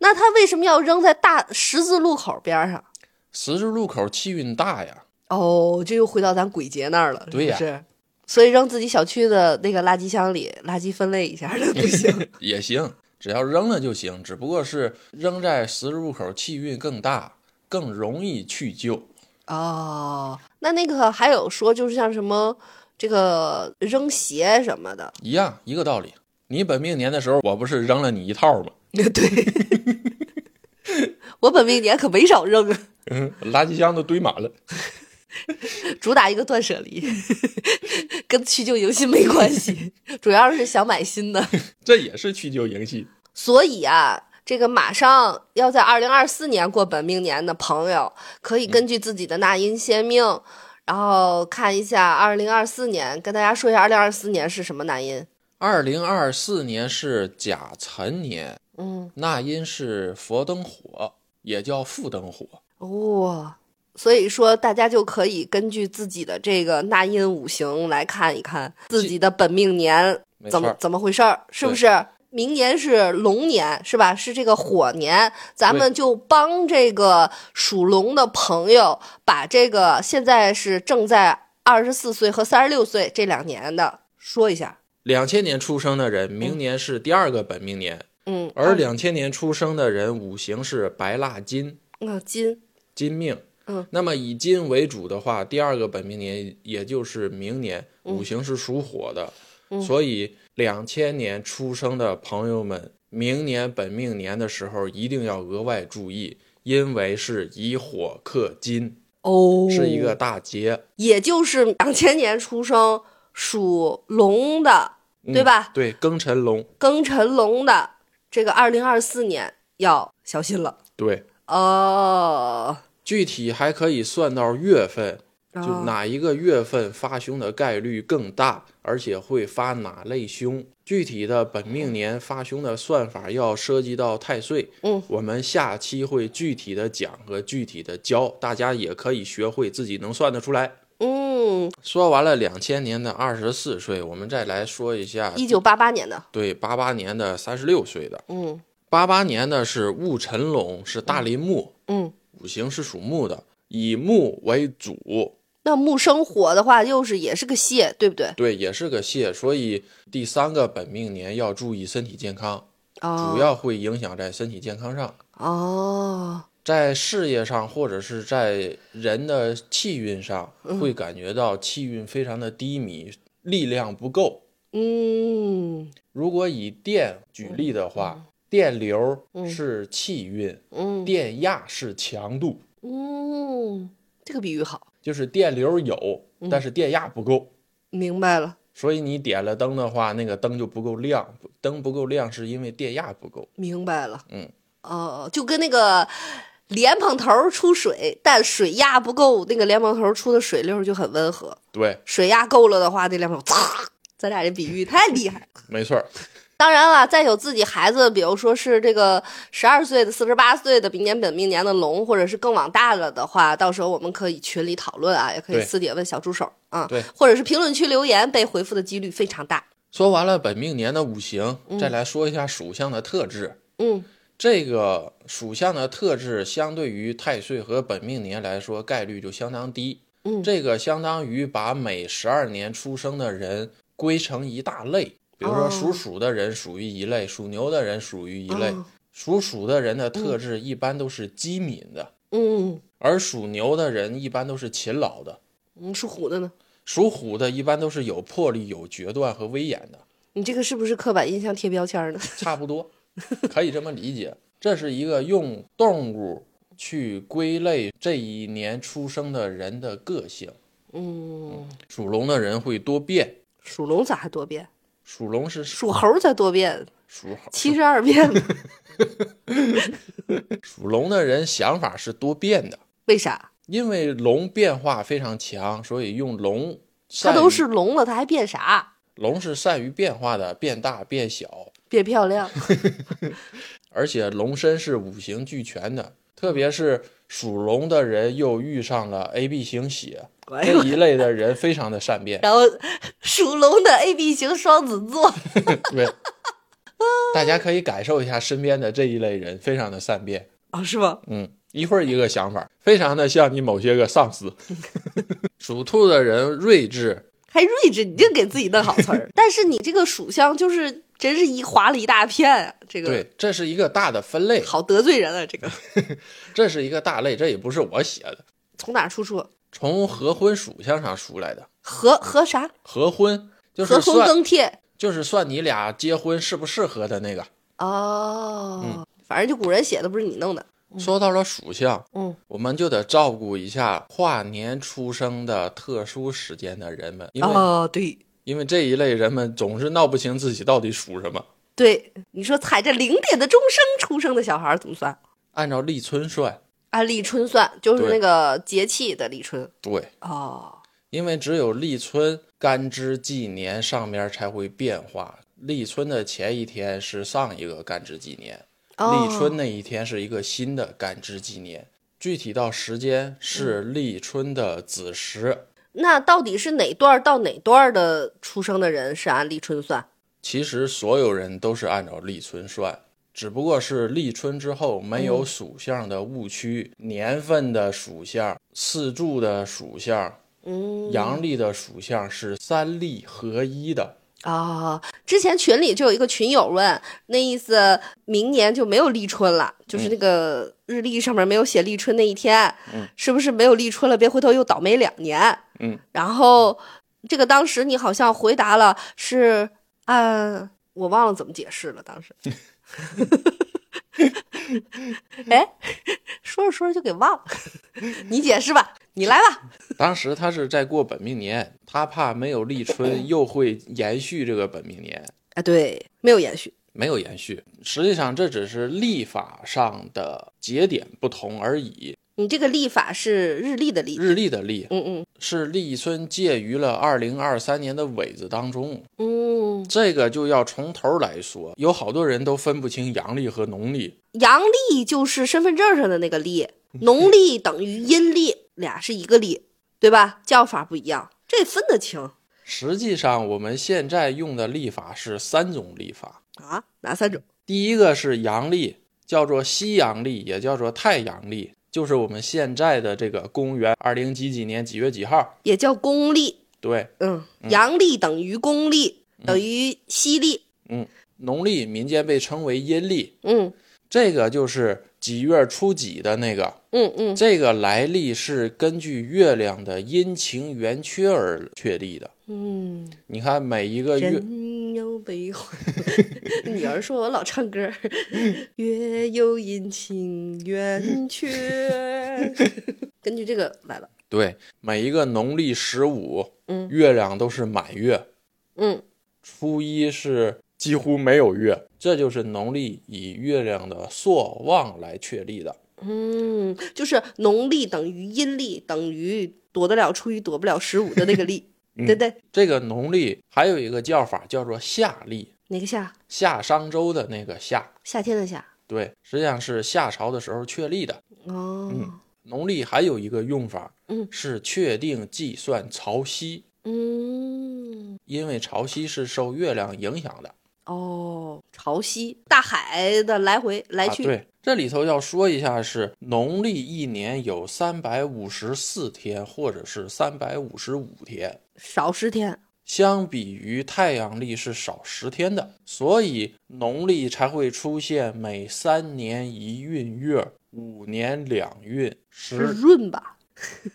Speaker 1: 那他为什么要扔在大十字路口边上？
Speaker 2: 十字路口气运大呀，
Speaker 1: 哦，这又回到咱鬼节那儿了，
Speaker 2: 对呀
Speaker 1: 是不是？所以扔自己小区的那个垃圾箱里，垃圾分类一下都 不 行。
Speaker 2: 也行，只要扔了就行，只不过是扔在十字路口气运更大，更容易去旧。
Speaker 1: 哦，那那个还有说，就是像什么这个扔鞋什么的，
Speaker 2: 一样一个道理。你本命年的时候，我不是扔了你一套吗？
Speaker 1: 对。我本命年可没少扔啊，
Speaker 2: 嗯，垃圾箱都堆满了。
Speaker 1: 主打一个断舍离， 跟去旧迎新没关系，主要是想买新的。
Speaker 2: 这也是去旧迎新。
Speaker 1: 所以啊，这个马上要在二零二四年过本命年的朋友，可以根据自己的纳音先命，然后看一下二零二四年，跟大家说一下二零二四年是什么纳音。
Speaker 2: 二零二四年是甲辰年，
Speaker 1: 嗯，
Speaker 2: 那因是佛灯火，也叫复灯火。
Speaker 1: 哦，所以说大家就可以根据自己的这个纳音五行来看一看自己的本命年
Speaker 2: 没
Speaker 1: 怎
Speaker 2: 错
Speaker 1: 么
Speaker 2: 儿，
Speaker 1: 怎么回事儿，是不是？明年是龙年，是吧？是这个火年，咱们就帮这个属龙的朋友把这个现在是正在二十四岁和三十六岁这两年的说一下。
Speaker 2: 两千年出生的人，明年是第二个本命年，
Speaker 1: 嗯，
Speaker 2: 而两千年出生的人，五行是白蜡金，
Speaker 1: 嗯金
Speaker 2: 金命。
Speaker 1: 嗯，
Speaker 2: 那么以金为主的话，第二个本命年也就是明年，
Speaker 1: 嗯
Speaker 2: 五行是属火的，所以两千年出生的朋友们，明年本命年的时候一定要额外注意，因为是以火克金，
Speaker 1: 哦，
Speaker 2: 是一个，大劫，
Speaker 1: 也就是两千年出生属龙的，对吧？
Speaker 2: 嗯对，庚辰龙，
Speaker 1: 庚辰龙的，这个二零二四年要小心了
Speaker 2: 对，
Speaker 1: 哦。
Speaker 2: 具体还可以算到月份，就
Speaker 1: 哦
Speaker 2: 哪一个月份发凶的概率更大，而且会发哪类凶。具体的本命年发凶的算法要涉及到太岁，
Speaker 1: 嗯，
Speaker 2: 我们下期会具体的讲和具体的教，大家也可以学会自己能算得出来。
Speaker 1: 嗯，
Speaker 2: 说完了两千年的二十四岁，我们再来说一下
Speaker 1: 一九八八年的，
Speaker 2: 对八八年的三十六岁的。
Speaker 1: 嗯
Speaker 2: 八八年的是戊辰龙，是大林木，
Speaker 1: 嗯。
Speaker 2: 五行是属木的，以木为主，
Speaker 1: 那木生火的话，又是也是个蟹，对不对？
Speaker 2: 对，也是个蟹，所以第三个本命年要注意身体健康，
Speaker 1: 哦，
Speaker 2: 主要会影响在身体健康上，
Speaker 1: 哦，
Speaker 2: 在事业上或者是在人的气运上，会感觉到气运非常的低迷，力量不够。
Speaker 1: 嗯
Speaker 2: 如果以电举例的话，电流是气运，
Speaker 1: 嗯
Speaker 2: 电压是强度，
Speaker 1: 嗯，这个比喻好，
Speaker 2: 就是电流有，但是电压不够。
Speaker 1: 明白了，
Speaker 2: 所以你点了灯的话，那个灯就不够亮，灯不够亮是因为电压不够。
Speaker 1: 明白了。
Speaker 2: 嗯，
Speaker 1: 哦，就跟那个莲蓬头出水，但水压不够，那个莲蓬头出的水流就很温和。
Speaker 2: 对，
Speaker 1: 水压够了的话，那莲蓬头嚓，咱俩这比喻太厉害了。
Speaker 2: 没错儿，
Speaker 1: 当然了，再有自己孩子，比如说是这个十二岁的、四十八岁的明年本命年的龙，或者是更往大了的话，到时候我们可以群里讨论啊，也可以
Speaker 2: 对
Speaker 1: 私底下问小助手啊，
Speaker 2: 对
Speaker 1: 或者是评论区留言，被回复的几率非常大。
Speaker 2: 说完了本命年的五行，再来说一下属相的特质。
Speaker 1: 嗯
Speaker 2: 这个属相的特质相对于太岁和本命年来说，概率就相当低。
Speaker 1: 嗯
Speaker 2: 这个相当于把每十二年出生的人归成一大类，比如说
Speaker 1: 哦
Speaker 2: 属鼠的人属于一类，属牛的人属于一类
Speaker 1: 哦。
Speaker 2: 属鼠的人的特质一般都是机敏的，
Speaker 1: 嗯
Speaker 2: 而属牛的人一般都是勤劳的，
Speaker 1: 嗯，属虎的呢？
Speaker 2: 属虎的一般都是有魄力、有决断和威严的。
Speaker 1: 你这个是不是刻板印象贴标签呢？
Speaker 2: 差不 多，可以这么理解。这是一个用动物去归类这一年出生的人的个性。
Speaker 1: 嗯，
Speaker 2: 属龙的人会多变，
Speaker 1: 属龙咋还多变？
Speaker 2: 属龙是属
Speaker 1: 属猴才多变，
Speaker 2: 属猴，
Speaker 1: 七十二 变呢，
Speaker 2: 属龙的人想法是多变的，
Speaker 1: 为啥？
Speaker 2: 因为龙变化非常强，所以用龙善
Speaker 1: 它
Speaker 2: 于。
Speaker 1: 都是龙了，它还变啥？
Speaker 2: 龙是善于变化的，变大变小，
Speaker 1: 变漂亮。
Speaker 2: 而且龙身是五行俱全的，特别是属龙的人又遇上了 A B 型血
Speaker 1: 哎呦
Speaker 2: 这一类的人，非常的善变。
Speaker 1: 然后属龙的 A B 型双子座，
Speaker 2: 对，大家可以感受一下身边的这一类人，非常的善变。
Speaker 1: 啊，是吗？
Speaker 2: 嗯，一会儿一个想法，非常的像你某些个 上司。属兔的人睿智，
Speaker 1: 还睿智，你这给自己弄好词儿。但是你这个属相就是真是一划了一大片啊，这个
Speaker 2: 对，这是一个大的分类，
Speaker 1: 好得罪人啊，这个
Speaker 2: 这是一个大类，这也不是我写的，
Speaker 1: 从哪儿出处？
Speaker 2: 从合婚属相上出来的。
Speaker 1: 合合啥？
Speaker 2: 合婚就是
Speaker 1: 合婚
Speaker 2: 算
Speaker 1: 更替
Speaker 2: 就是算你俩结婚适不适合的那个。
Speaker 1: 哦，
Speaker 2: 嗯
Speaker 1: 反正就古人写的，不是你弄的。
Speaker 2: 说到了属相，
Speaker 1: 嗯，
Speaker 2: 我们就得照顾一下跨年出生的特殊时间的人们，因为
Speaker 1: 哦，对
Speaker 2: 因为这一类人们总是闹不清自己到底属什么。
Speaker 1: 对，你说踩着零点的钟声出生的小孩儿怎么算？
Speaker 2: 按照立春算，
Speaker 1: 按立春算，就是
Speaker 2: 对
Speaker 1: 那个节气的立春
Speaker 2: 对，
Speaker 1: 哦。
Speaker 2: 因为只有立春干支纪年上面才会变化。立春的前一天是上一个干支纪年，
Speaker 1: 哦
Speaker 2: 立春那一天是一个新的干支纪年。具体到时间是
Speaker 1: 嗯
Speaker 2: 立春的子时，
Speaker 1: 那到底是哪段儿到哪段儿的出生的人是按立春算？
Speaker 2: 其实所有人都是按照立春算，只不过是立春之后没有
Speaker 1: 嗯
Speaker 2: 属相的误区，年份的属相、四柱的属相、
Speaker 1: 嗯
Speaker 2: 阳历的属相是三历合一的。
Speaker 1: 啊，之前群里就有一个群友问，那意思明年就没有立春了，就是那个日历上面没有写立春那一天，是不是没有立春了？别回头又倒霉两年。
Speaker 2: 嗯，
Speaker 1: 然后这个当呃时你好像回答了是按我忘了怎么解释了，当时哎，说着说着就给忘了，你解释吧，你来吧。
Speaker 2: 当时他是在过本命年，他怕没有立 春又会延续这个本命年，
Speaker 1: 啊，对，没有延续，
Speaker 2: 没有延续。实际上这只是历法上的节点不同而已。
Speaker 1: 你这个历法是日历的历，
Speaker 2: 日历的历
Speaker 1: 嗯嗯
Speaker 2: 是立春介于了二零二三年的尾子当中，
Speaker 1: 嗯，
Speaker 2: 这个就要从头来说。有好多人都分不清阳历和农历，
Speaker 1: 阳历就是身份证上的那个历，
Speaker 2: 嗯
Speaker 1: 农历等于阴历，俩是一个历，对吧？叫法不一样，这分得清
Speaker 2: 实际上我们现在用的历法是三种历法。
Speaker 1: 啊？哪三种？
Speaker 2: 第一个是阳历，叫做西阳历，也叫做太阳历，就是我们现在的这个公元二零几几年几月几号。
Speaker 1: 也叫公历，
Speaker 2: 对，
Speaker 1: 嗯，阳历等于公历，等于西历，
Speaker 2: 嗯，农历民间被称为阴历，
Speaker 1: 嗯
Speaker 2: 这个就是几月初几的那个。
Speaker 1: 嗯嗯
Speaker 2: 这个来历是根据月亮的阴晴圆缺而确立的。
Speaker 1: 嗯，
Speaker 2: 你看每一个月，
Speaker 1: 人有悲 欢。女儿说我老唱歌儿，月有阴晴圆 缺， 根据这个来了。
Speaker 2: 对每一个农历十五，
Speaker 1: 嗯
Speaker 2: 月亮都是满月，
Speaker 1: 嗯，
Speaker 2: 初一是几乎没有月，这就是农历以月亮的朔望来确立的。
Speaker 1: 嗯，就是农历等于阴历等于躲得了初一躲不了十五的那个 历，
Speaker 2: 嗯
Speaker 1: 对不对？
Speaker 2: 这个农历还有一个叫法叫做夏历，
Speaker 1: 哪个夏？
Speaker 2: 夏商周的那个夏，
Speaker 1: 夏天的夏。
Speaker 2: 对，实际上是夏朝的时候确立的。
Speaker 1: 哦，
Speaker 2: 农历还有一个用法，
Speaker 1: 嗯
Speaker 2: 是确定计算潮汐，
Speaker 1: 嗯，
Speaker 2: 因为潮汐是受月亮影响的。
Speaker 1: 哦，潮汐，大海的来回来
Speaker 2: 啊，
Speaker 1: 去。
Speaker 2: 对，这里头要说一下是农历一年有三百五十四天，或者是三百五十五天，
Speaker 1: 少十天。
Speaker 2: 相比于太阳历是少十天的，所以农历才会出现每三年一闰月、五年两闰、
Speaker 1: 是
Speaker 2: 十嗯
Speaker 1: 润吧？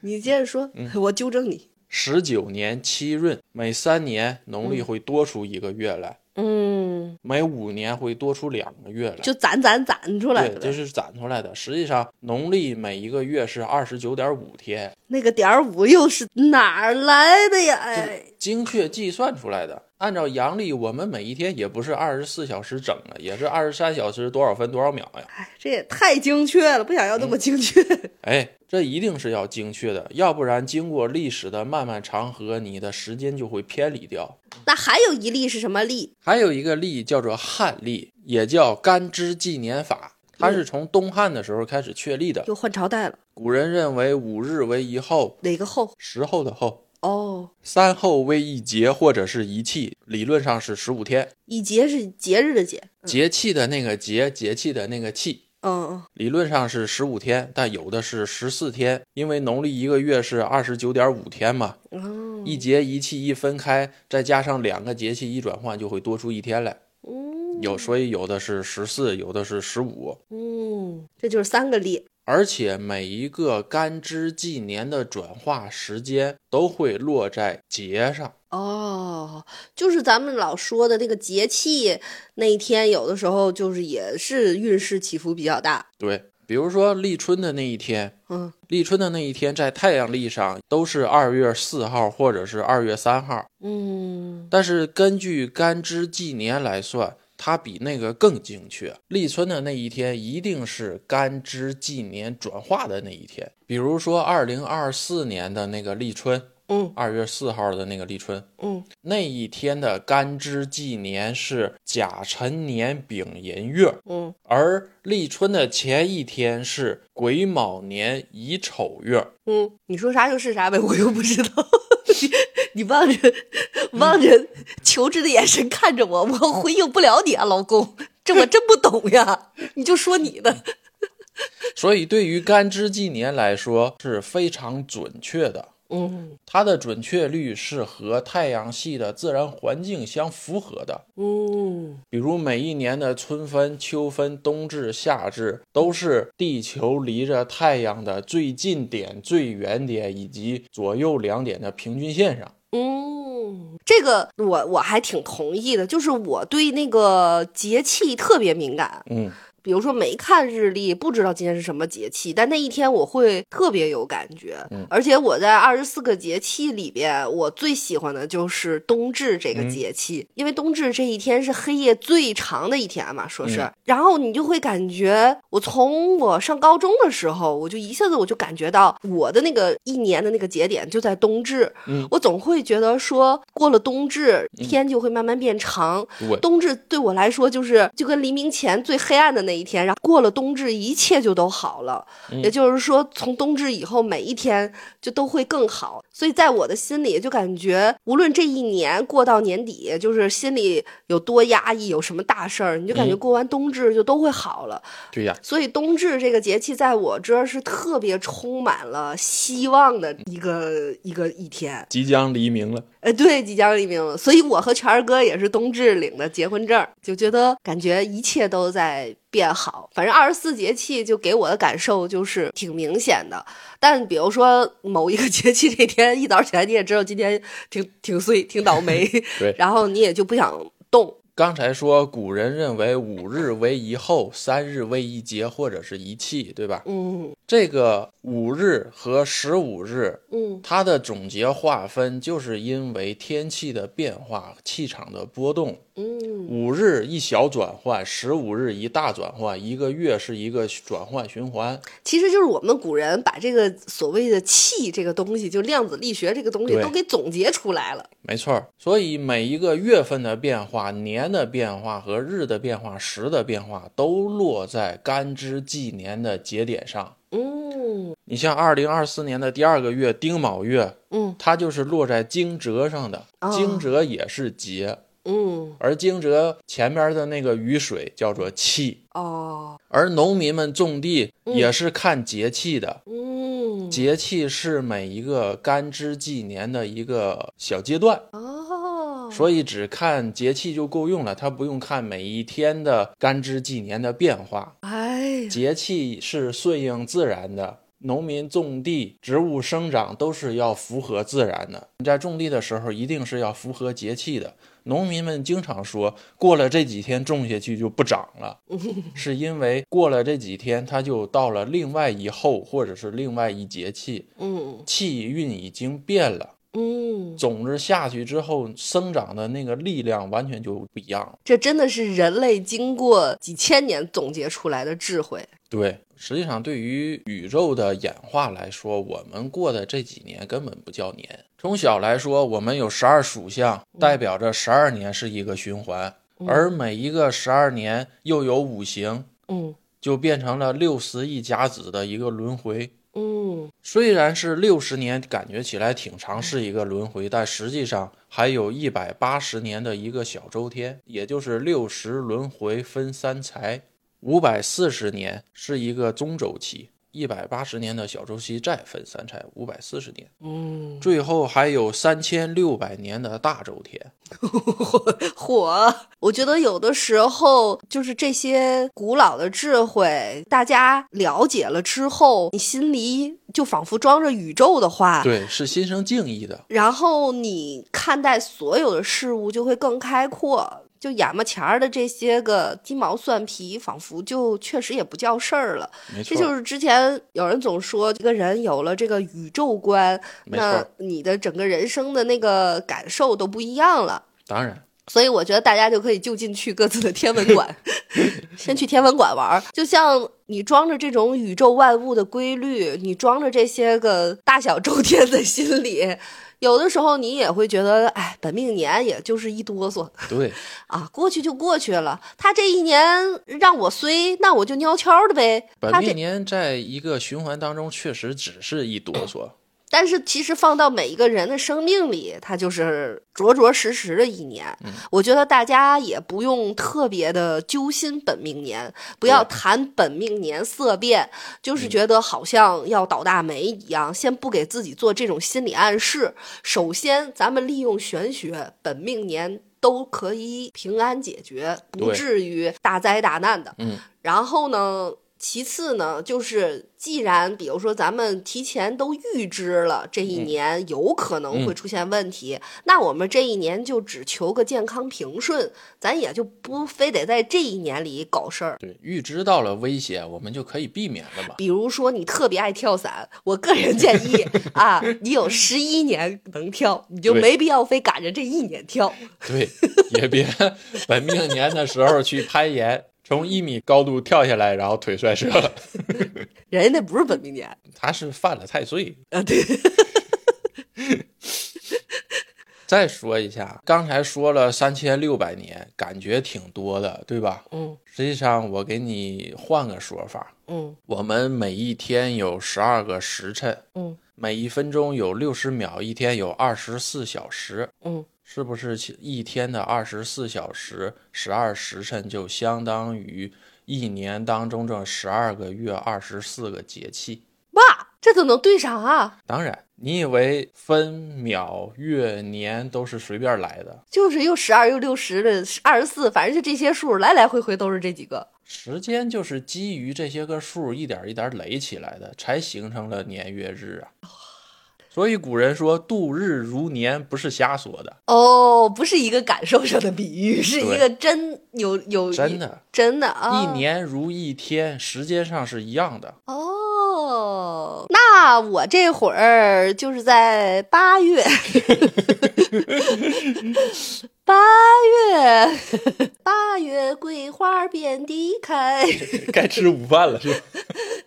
Speaker 1: 你接着说，我纠正你。
Speaker 2: 十九年七闰。每三年农历会多出一个月来，
Speaker 1: 嗯，
Speaker 2: 每五年会多出两个月来。
Speaker 1: 就攒攒攒出来
Speaker 2: 对，
Speaker 1: 的，
Speaker 2: 这是攒出来的。实际上，农历每一个月是二十九点五天，
Speaker 1: 那个点儿五又是哪儿来的呀？哎，
Speaker 2: 精确计算出来的。按照阳历，我们每一天也不是二十四小时整啊，也是二十三小时多少分多少秒呀？
Speaker 1: 哎这也太精确了，不想要
Speaker 2: 嗯
Speaker 1: 那么精确。
Speaker 2: 哎，这一定是要精确的，要不然经过历史的漫漫长河，你的时间就会偏离掉。
Speaker 1: 那还有一例是什么例？
Speaker 2: 还有一个历叫做汉历，也叫干支纪年法，它是从东汉的时候开始确立的。
Speaker 1: 又换朝代了，
Speaker 2: 古人认为五日为一候，
Speaker 1: 哪个后？
Speaker 2: 十候的候，
Speaker 1: 哦，
Speaker 2: 三候为一节或者是一气，理论上是十五天。
Speaker 1: 以节是节日的节。
Speaker 2: 节气的那个节，节气的那个气，
Speaker 1: 嗯，
Speaker 2: 理论上是十五天，但有的是十四天，因为农历一个月是二十九点五天嘛，
Speaker 1: 嗯
Speaker 2: 一节一气一分开，再加上两个节气一转换，就会多出一天来。
Speaker 1: 嗯
Speaker 2: 有，所以有的是十四，有的是十五，
Speaker 1: 嗯，这就是三个例。
Speaker 2: 而且每一个干支纪年的转化时间都会落在节上。
Speaker 1: 哦，就是咱们老说的那个节气那一天，有的时候就是也是运势起伏比较大。
Speaker 2: 对，比如说立春的那一天，
Speaker 1: 嗯，
Speaker 2: 立春的那一天在太阳历上都是二月四号或者是二月三号，
Speaker 1: 嗯，
Speaker 2: 但是根据干支纪年来算，它比那个更精确。立春的那一天一定是干支纪年转化的那一天。比如说，二零二四年的那个立春，
Speaker 1: 嗯
Speaker 2: 二月四号的那个立春，
Speaker 1: 嗯，
Speaker 2: 那一天的干支纪年是甲辰年丙寅月，
Speaker 1: 嗯，
Speaker 2: 而立春的前一天是癸卯年乙丑月。
Speaker 1: 嗯，你说啥就是啥呗，我又不知道。 你你望着望着求知的眼神看着我，我 回应不了你啊，老公，这我真不懂呀。你就说你的，
Speaker 2: 所以，对于干支纪年来说是非常准确的。
Speaker 1: 嗯
Speaker 2: 它的准确率是和太阳系的自然环境相符合的。
Speaker 1: 嗯
Speaker 2: 比如每一年的春分、秋分、冬至、夏至，都是地球离着太阳的最近点、最远点以及左右两点的平均线上。
Speaker 1: 嗯，这个我我还挺同意的，就是我对那个节气特别敏感，
Speaker 2: 嗯，
Speaker 1: 比如说没看日历，不知道今天是什么节气，但那一天我会特别有感觉。
Speaker 2: 嗯
Speaker 1: 而且我在二十四个节气里边，我最喜欢的就是冬至这个
Speaker 2: 嗯
Speaker 1: 节气，因为冬至这一天是黑夜最长的一天嘛，说是。
Speaker 2: 嗯
Speaker 1: 然后你就会感觉，我从我上高中的时候，我就一下子我就感觉到我的那个一年的那个节点就在冬至，
Speaker 2: 嗯
Speaker 1: 我总会觉得说过了冬至，天就会慢慢变长，
Speaker 2: 对，
Speaker 1: 冬至对我来说就是就跟黎明前最黑暗的那一天，然后过了冬至，一切就都好了。也就是说，从冬至以后，每一天就都会更好。所以在我的心里，就感觉无论这一年过到年底，就是心里有多压抑，有什么大事儿，你就感觉
Speaker 2: 嗯
Speaker 1: 过完冬至就都会好了。
Speaker 2: 对呀，
Speaker 1: 所以冬至这个节气，在我这儿是特别充满了希望的一个一个一天。
Speaker 2: 即将黎明了。，
Speaker 1: 呃，对，即将黎明了，所以我和全儿哥也是冬至领的结婚证儿，就觉得感觉一切都在变好。反正二十四节气就给我的感受就是挺明显的，但比如说某一个节气这天一早起来，你也知道今天挺挺碎、挺倒霉
Speaker 2: 对
Speaker 1: 然后你也就不想动。
Speaker 2: 刚才说古人认为五日为一候，三日为一节或者是一气，对吧？
Speaker 1: 嗯
Speaker 2: 这个五日和十五日，
Speaker 1: 嗯
Speaker 2: 它的总结划分就是因为天气的变化、气场的波动。
Speaker 1: 嗯
Speaker 2: 五日一小转换，十五日一大转换，一个月是一个转换循环。
Speaker 1: 其实就是我们古人把这个所谓的气这个东西，就量子力学这个东西
Speaker 2: 对
Speaker 1: 都给总结出来了。
Speaker 2: 没错儿，所以每一个月份的变化、年的变化和日的变化、时的变化，都落在干支纪年的节点上。
Speaker 1: 嗯
Speaker 2: 你像二零二四年的第二个月丁卯月，
Speaker 1: 嗯
Speaker 2: 它就是落在惊蛰上的
Speaker 1: 哦，
Speaker 2: 惊蛰也是节，
Speaker 1: 嗯
Speaker 2: 而惊蛰前面的那个雨水叫做气，
Speaker 1: 哦
Speaker 2: 而农民们种地也是看节气的。
Speaker 1: 嗯。
Speaker 2: 节气是每一个干支纪年的一个小阶段，
Speaker 1: 哦，
Speaker 2: 所以只看节气就够用了，它不用看每一天的干支纪年的变化。
Speaker 1: 哎呀，
Speaker 2: 节气是顺应自然的，农民种地、植物生长都是要符合自然的。你在种地的时候，一定是要符合节气的。农民们经常说，过了这几天种下去就不长了，是因为过了这几天，它就到了另外一候或者是另外一节气，
Speaker 1: 嗯
Speaker 2: 气运已经变了。
Speaker 1: 嗯，
Speaker 2: 种子下去之后，生长的那个力量完全就不一样了。
Speaker 1: 这真的是人类经过几千年总结出来的智慧。
Speaker 2: 对，实际上对于宇宙的演化来说，我们过的这几年根本不叫年。从小来说，我们有十二属相，代表着十二年是一个循环，而每一个十二年又有五行，
Speaker 1: 嗯
Speaker 2: 就变成了六十亿甲子的一个轮回。
Speaker 1: 嗯
Speaker 2: 虽然是六十年，感觉起来挺长，是一个轮回，但实际上还有一百八十年的一个小周天，也就是六十轮回分三才。五百四十年是一个中周期，一百八十年的小周期再分三才，五百四十年，
Speaker 1: 嗯，
Speaker 2: 最后还有三千六百年的大周天。
Speaker 1: 火！我觉得有的时候就是这些古老的智慧，大家了解了之后，你心里就仿佛装着宇宙的话，
Speaker 2: 对，是心生敬意的。
Speaker 1: 然后你看待所有的事物就会更开阔。就眼巴前儿的这些个鸡毛蒜皮，仿佛就确实也不叫事儿了。
Speaker 2: 没错，
Speaker 1: 这就是之前有人总说，一个人有了这个宇宙观，
Speaker 2: 没
Speaker 1: 那
Speaker 2: 错
Speaker 1: 你的整个人生的那个感受都不一样了。
Speaker 2: 当然。
Speaker 1: 所以我觉得大家就可以就近去各自的天文 馆，先去天文馆玩儿。就像你装着这种宇宙万物的规律，你装着这些个大小周天在心里，有的时候你也会觉得，哎，本命年也就是一哆嗦
Speaker 2: 对，
Speaker 1: 啊，过去就过去了。他这一年让我衰，那我就悄悄的呗。
Speaker 2: 本
Speaker 1: 他这
Speaker 2: 命年在一个循环当中，确实只是一哆 嗦。
Speaker 1: 但是其实放到每一个人的生命里，它就是着着实实的一年。我觉得大家也不用特别的揪心本命年，不要谈本命年色变，就是觉得好像要倒大霉一样。先不给自己做这种心理暗示。首先，咱们利用玄学，本命年都可以平安解决，不
Speaker 2: 对
Speaker 1: 至于大灾大难的。
Speaker 2: 嗯，
Speaker 1: 然后呢，其次呢，就是既然比如说咱们提前都预知了这一年有可能会出现问题，那我们这一年就只求个健康平顺，咱也就不非得在这一年里搞事儿。
Speaker 2: 对，预知到了危险，我们就可以避免了嘛。
Speaker 1: 比如说你特别爱跳伞，我个人建议啊，你有十一年能跳，你就
Speaker 2: 对
Speaker 1: 没必要非赶着这一年跳。
Speaker 2: 对，也别本命年的时候去攀岩，从一米高度跳下来，然后腿摔折了。
Speaker 1: 人家那不是本命年，
Speaker 2: 他是犯了太岁。
Speaker 1: 啊，对，
Speaker 2: 再说一下，刚才说了三千六百年，感觉挺多的，对吧？
Speaker 1: 嗯
Speaker 2: 实际上，我给你换个说法，
Speaker 1: 嗯
Speaker 2: 我们每一天有十二个时辰，
Speaker 1: 嗯
Speaker 2: 每一分钟有六十秒，一天有二十四小时，
Speaker 1: 嗯，
Speaker 2: 是不是其？一天的二十四小时，十二时辰就相当于一年当中这十二个月二十四个节气。
Speaker 1: 哇，这都能对上啊，
Speaker 2: 当然，你以为分秒、月、年都是随便来的？
Speaker 1: 就是又十二又六十的二十四，反正就这些数，来来回回都是这几个。
Speaker 2: 时间就是基于这些个数一点一点垒起来的，才形成了年月日啊。所以古人说“度日如年”不是瞎说的，
Speaker 1: 哦，不是一个感受上的比喻，是一个真有有
Speaker 2: 真的
Speaker 1: 真的啊，
Speaker 2: 一年如一天，时间上是一样的。
Speaker 1: 哦。那我这会儿就是在八月，八月，八月桂花遍地开。
Speaker 2: 该吃午饭 了，是吧？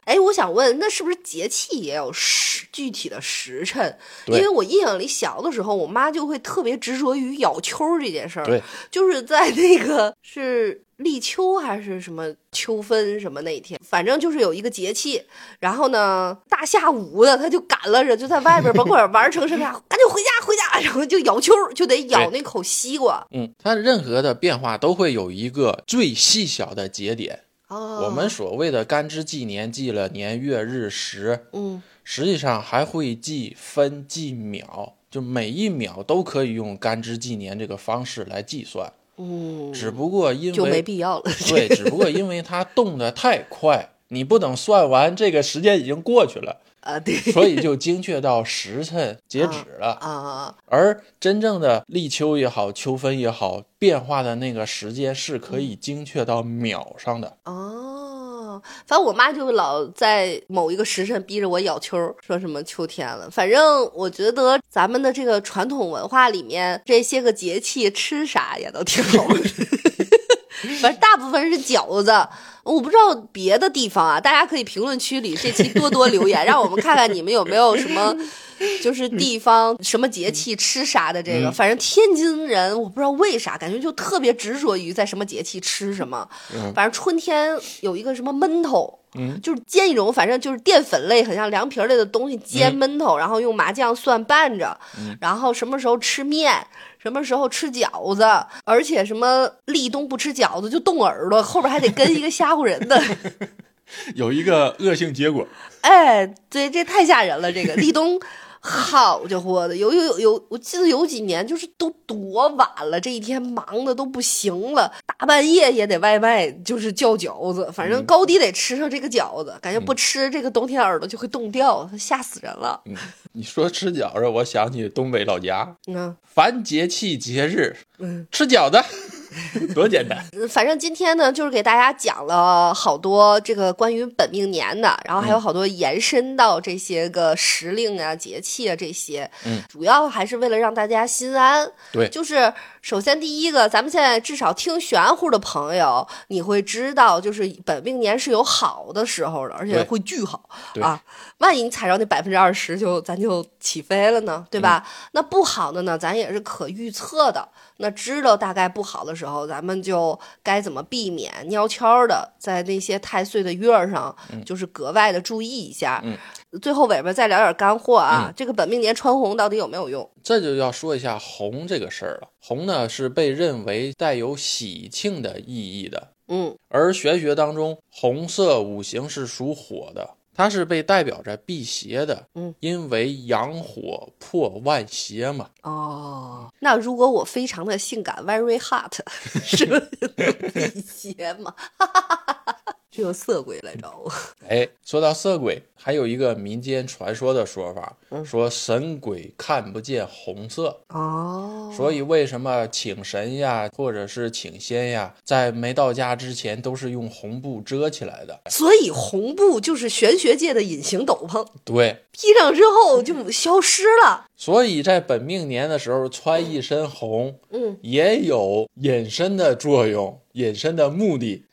Speaker 1: 哎，我想问，那是不是节气也有时具体的时辰？因
Speaker 2: 对
Speaker 1: 为我印象里小的时候，我妈就会特别执着于咬秋儿这件事儿，
Speaker 2: 对，
Speaker 1: 就是在那个是立秋还是什么秋分什么那一天，反正就是有一个节气，然后呢，大下午的她就赶了着，就在外边儿甭管玩成什么样，赶紧回家回家，然后就咬秋儿，就得咬那口西瓜。
Speaker 2: 嗯，它任何的变化都会有一个最细小的节点。
Speaker 1: 哦，
Speaker 2: 我们所谓的干支纪年记了年月日时，
Speaker 1: 嗯
Speaker 2: 实际上还会记分、记秒，就每一秒都可以用干支纪年这个方式来计算。
Speaker 1: 嗯，
Speaker 2: 只不过因为
Speaker 1: 就没必要了。
Speaker 2: 对，只不过因为它动得太快，你不等算完，这个时间已经过去了，
Speaker 1: 啊，对
Speaker 2: 所以就精确到时辰截止了。
Speaker 1: 啊，
Speaker 2: 而真正的立秋也好，秋分也好，变化的那个时间是可
Speaker 1: 嗯
Speaker 2: 以精确到秒上的。
Speaker 1: 哦，反正我妈就老在某一个时辰逼着我咬秋儿，说什么秋天了。反正我觉得咱们的这个传统文化里面，这些个节气吃啥也都挺好的。 反正大部分是饺子，我不知道别的地方啊，大家可以评论区里这期多多留言，让我们看看你们有没有什么，就是地方什么节气吃啥的这个。反正天津人我不知道为啥，感觉就特别执着于在什么节气吃什么。反正春天有一个什么焖头。
Speaker 2: 嗯
Speaker 1: 就是煎一种，反正就是淀粉类，很像凉皮儿类的东西，煎焖头，然后用麻酱蒜拌着，然后什么时候吃面，什么时候吃饺子，而且什么立冬不吃饺子就冻耳朵，后边还得跟一个吓唬人的。
Speaker 2: 有一个恶性结果，
Speaker 1: 哎，对，这太吓人了。这个立冬，好家伙的，有有有有，我记得有几年就是都多晚了，这一天忙的都不行了，大半夜也得外卖，就是叫饺子，反正高低得吃上这个饺子，感觉不吃这个冬天耳朵就会冻掉，吓死人了。
Speaker 2: 你说吃饺子，我想起东北老家，
Speaker 1: 嗯
Speaker 2: 凡节气节日
Speaker 1: 嗯，
Speaker 2: 吃饺子， 多简单。
Speaker 1: 反正今天呢，就是给大家讲了好多这个关于本命年的，然后
Speaker 2: 嗯
Speaker 1: 还有好多延伸到这些个时令啊、节气啊这些，
Speaker 2: 嗯，
Speaker 1: 主要还是为了让大家心安。
Speaker 2: 对
Speaker 1: 就是首先第一个，咱们现在至少听玄乎的朋友，你会知道，就是本命年是有好的时候的，而且
Speaker 2: 对
Speaker 1: 会巨好
Speaker 2: 对
Speaker 1: 啊。万一你踩着那百分之二十，就咱就起飞了呢，对吧？
Speaker 2: 嗯
Speaker 1: 那不好的呢，咱也是可预测的。那知道大概不好的时候，咱们就该怎么避免，悄悄的在那些太岁的月儿上，就是格外的注意一下。呃最后尾巴再聊点干货啊，这个本命年穿红到底有没有用？
Speaker 2: 这就要说一下红这个事儿了。红呢是被认为带有喜庆的意义的，
Speaker 1: 嗯
Speaker 2: 而玄学当中，红色五行是属火的，它是被代表着辟邪的。
Speaker 1: 嗯，
Speaker 2: 因为阳火破万邪嘛。
Speaker 1: 哦，那如果我非常的性感，very hot，是不是辟邪嘛？就有色鬼来找我。
Speaker 2: 哎，说到色鬼，还有一个民间传说的说法，
Speaker 1: 嗯
Speaker 2: 说神鬼看不见红色，
Speaker 1: 哦，
Speaker 2: 所以为什么请神呀，或者是请仙呀，在没到家之前都是用红布遮起来的。
Speaker 1: 所以红布就是玄学界的隐形斗篷，
Speaker 2: 对，
Speaker 1: 披上之后就消失了。
Speaker 2: 所以在本命年的时候穿一身红，
Speaker 1: 嗯，
Speaker 2: 也有隐身的作用，隐身的目的。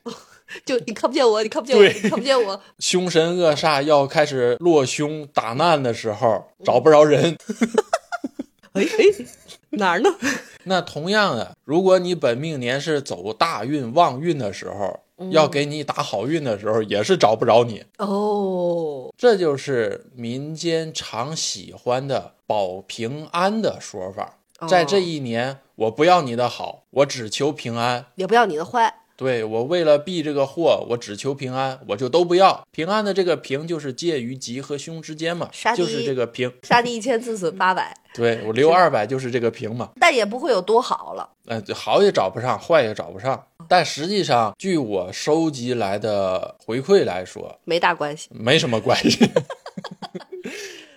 Speaker 1: 就你看不见我，你看不见我，
Speaker 2: 对
Speaker 1: 你看不见我，
Speaker 2: 凶神恶煞要开始落凶打难的时候，找不着人。
Speaker 1: 哎哎，哪儿呢？
Speaker 2: 那同样的，如果你本命年是走大运旺运的时候，要给你打好运的时候，也是找不着你。
Speaker 1: 哦，
Speaker 2: 这就是民间常喜欢的保平安的说法
Speaker 1: 哦。
Speaker 2: 在这一年，我不要你的好，我只求平安。
Speaker 1: 也不要你的坏。
Speaker 2: 对我为了避这个祸，我只求平安，我就都不要。平安的这个平就是介于吉和凶之间嘛
Speaker 1: 杀，敌
Speaker 2: 就是这个平。
Speaker 1: 杀敌一千，自损八百，
Speaker 2: 对我留二百就是这个平嘛。
Speaker 1: 但也不会有多好了。
Speaker 2: 嗯，就好也找不上，坏也找不上。但实际上，据我收集来的回馈来说，
Speaker 1: 没大关系。
Speaker 2: 没什么关 系。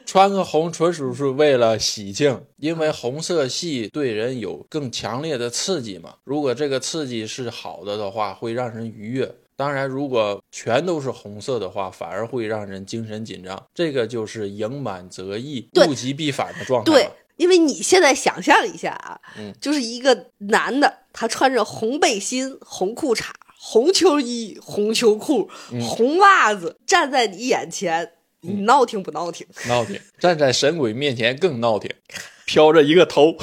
Speaker 2: 穿个红纯属是为了喜庆，因为红色系对人有更强烈的刺激嘛。如果这个刺激是好的的话，会让人愉悦。当然，如果全都是红色的话，反而会让人精神紧张。这个就是盈满则溢，
Speaker 1: 对
Speaker 2: 物极必反的状态嘛。
Speaker 1: 对，因为你现在想象一下啊，
Speaker 2: 嗯
Speaker 1: 就是一个男的，他穿着红背心、红裤衩、红秋衣、红秋裤、
Speaker 2: 嗯
Speaker 1: 红袜子，站在你眼前，你闹挺不闹挺？
Speaker 2: 闹挺，站在神鬼面前更闹挺， 飘着一个头。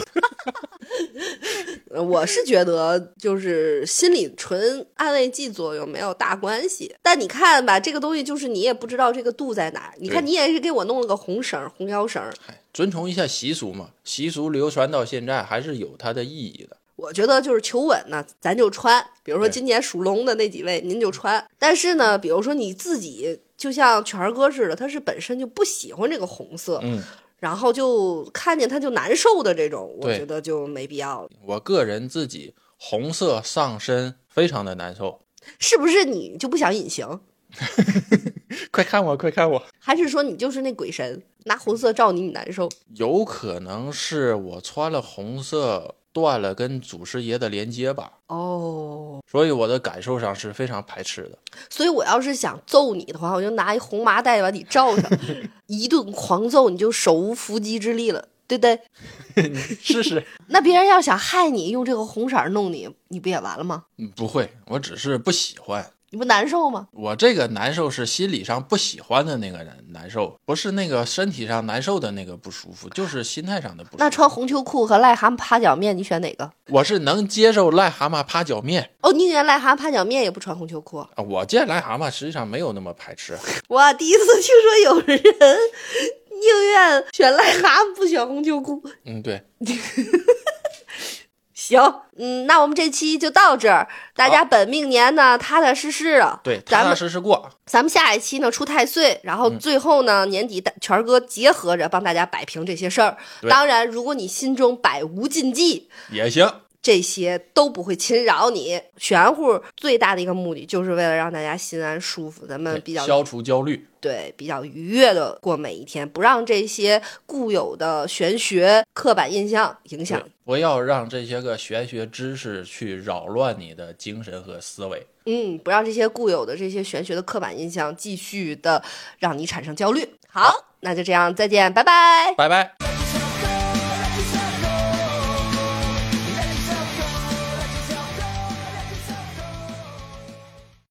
Speaker 1: 呃我是觉得就是心理纯安慰剂作用没有大关系，但你看吧，这个东西就是你也不知道这个度在哪儿。你看
Speaker 2: 对
Speaker 1: 你也是给我弄了个红绳儿、红腰绳儿，
Speaker 2: 哎遵从一下习俗嘛，习俗流传到现在还是有它的意义的。
Speaker 1: 我觉得就是求稳呢，咱就穿。比如说
Speaker 2: 对
Speaker 1: 今年属龙的那几位，您就穿。但是呢，比如说你自己，就像全儿哥似的，他是本身就不喜欢这个红色，
Speaker 2: 嗯，
Speaker 1: 然后就看见他就难受的这种，我
Speaker 2: 对
Speaker 1: 觉得就没必要了。
Speaker 2: 我个人自己红色上身非常的难受。
Speaker 1: 是不是你就不想隐形？
Speaker 2: 快看我，快看我！
Speaker 1: 还是说你就是那鬼神拿红色照你，你难受？
Speaker 2: 有可能是我穿了红色断了跟祖师爷的连接吧，
Speaker 1: 哦，
Speaker 2: 所以我的感受上是非常排斥 的。
Speaker 1: 所以我要是想揍你的话，我就拿一红麻袋把你罩上，一顿狂揍，你就手无缚鸡之力了，对不对？
Speaker 2: 试试，
Speaker 1: 那别人要想害你，用这个红色儿弄你，你不也完了吗？
Speaker 2: 嗯不会，我只是不喜欢。
Speaker 1: 你不难受吗？
Speaker 2: 我这个难受是心理上不喜欢的那个难难受，不是那个身体上难受的那个不舒服，就是心态上的不舒服。
Speaker 1: 那穿红秋裤和癞蛤蟆趴脚面，你选哪个？
Speaker 2: 我是能接受癞蛤蟆趴脚面
Speaker 1: 哦，你连癞蛤蟆趴脚面也不穿红秋裤？
Speaker 2: 啊，我见癞蛤蟆实际上没有那么排斥，
Speaker 1: 我第一次听说有人宁愿选癞蛤蟆不选红秋裤。
Speaker 2: 嗯，对，
Speaker 1: 行，嗯，那我们这期就到这儿，大家本命年呢踏踏实实的。
Speaker 2: 对，踏
Speaker 1: 咱
Speaker 2: 踏
Speaker 1: 们
Speaker 2: 实实过，
Speaker 1: 咱们下一期呢出太岁，然
Speaker 2: 嗯
Speaker 1: 后最后呢、年底大全儿哥结合着帮大家摆平这些事儿。
Speaker 2: 对
Speaker 1: 当然，如果你心中百无禁忌，
Speaker 2: 也行，
Speaker 1: 这些都不会侵扰你。玄乎最大的一个目的就是为了让大家心安舒服，咱们
Speaker 2: 对
Speaker 1: 比较
Speaker 2: 消除焦虑，
Speaker 1: 对比较愉悦的过每一天，不让这些固有的玄学刻板印象影响
Speaker 2: 对。不要让这些个玄学知识去扰乱你的精神和思维。
Speaker 1: 嗯，不让这些固有的这些玄学的刻板印象继续的让你产生焦虑。好，那就这样，再见，拜拜。
Speaker 2: 拜拜。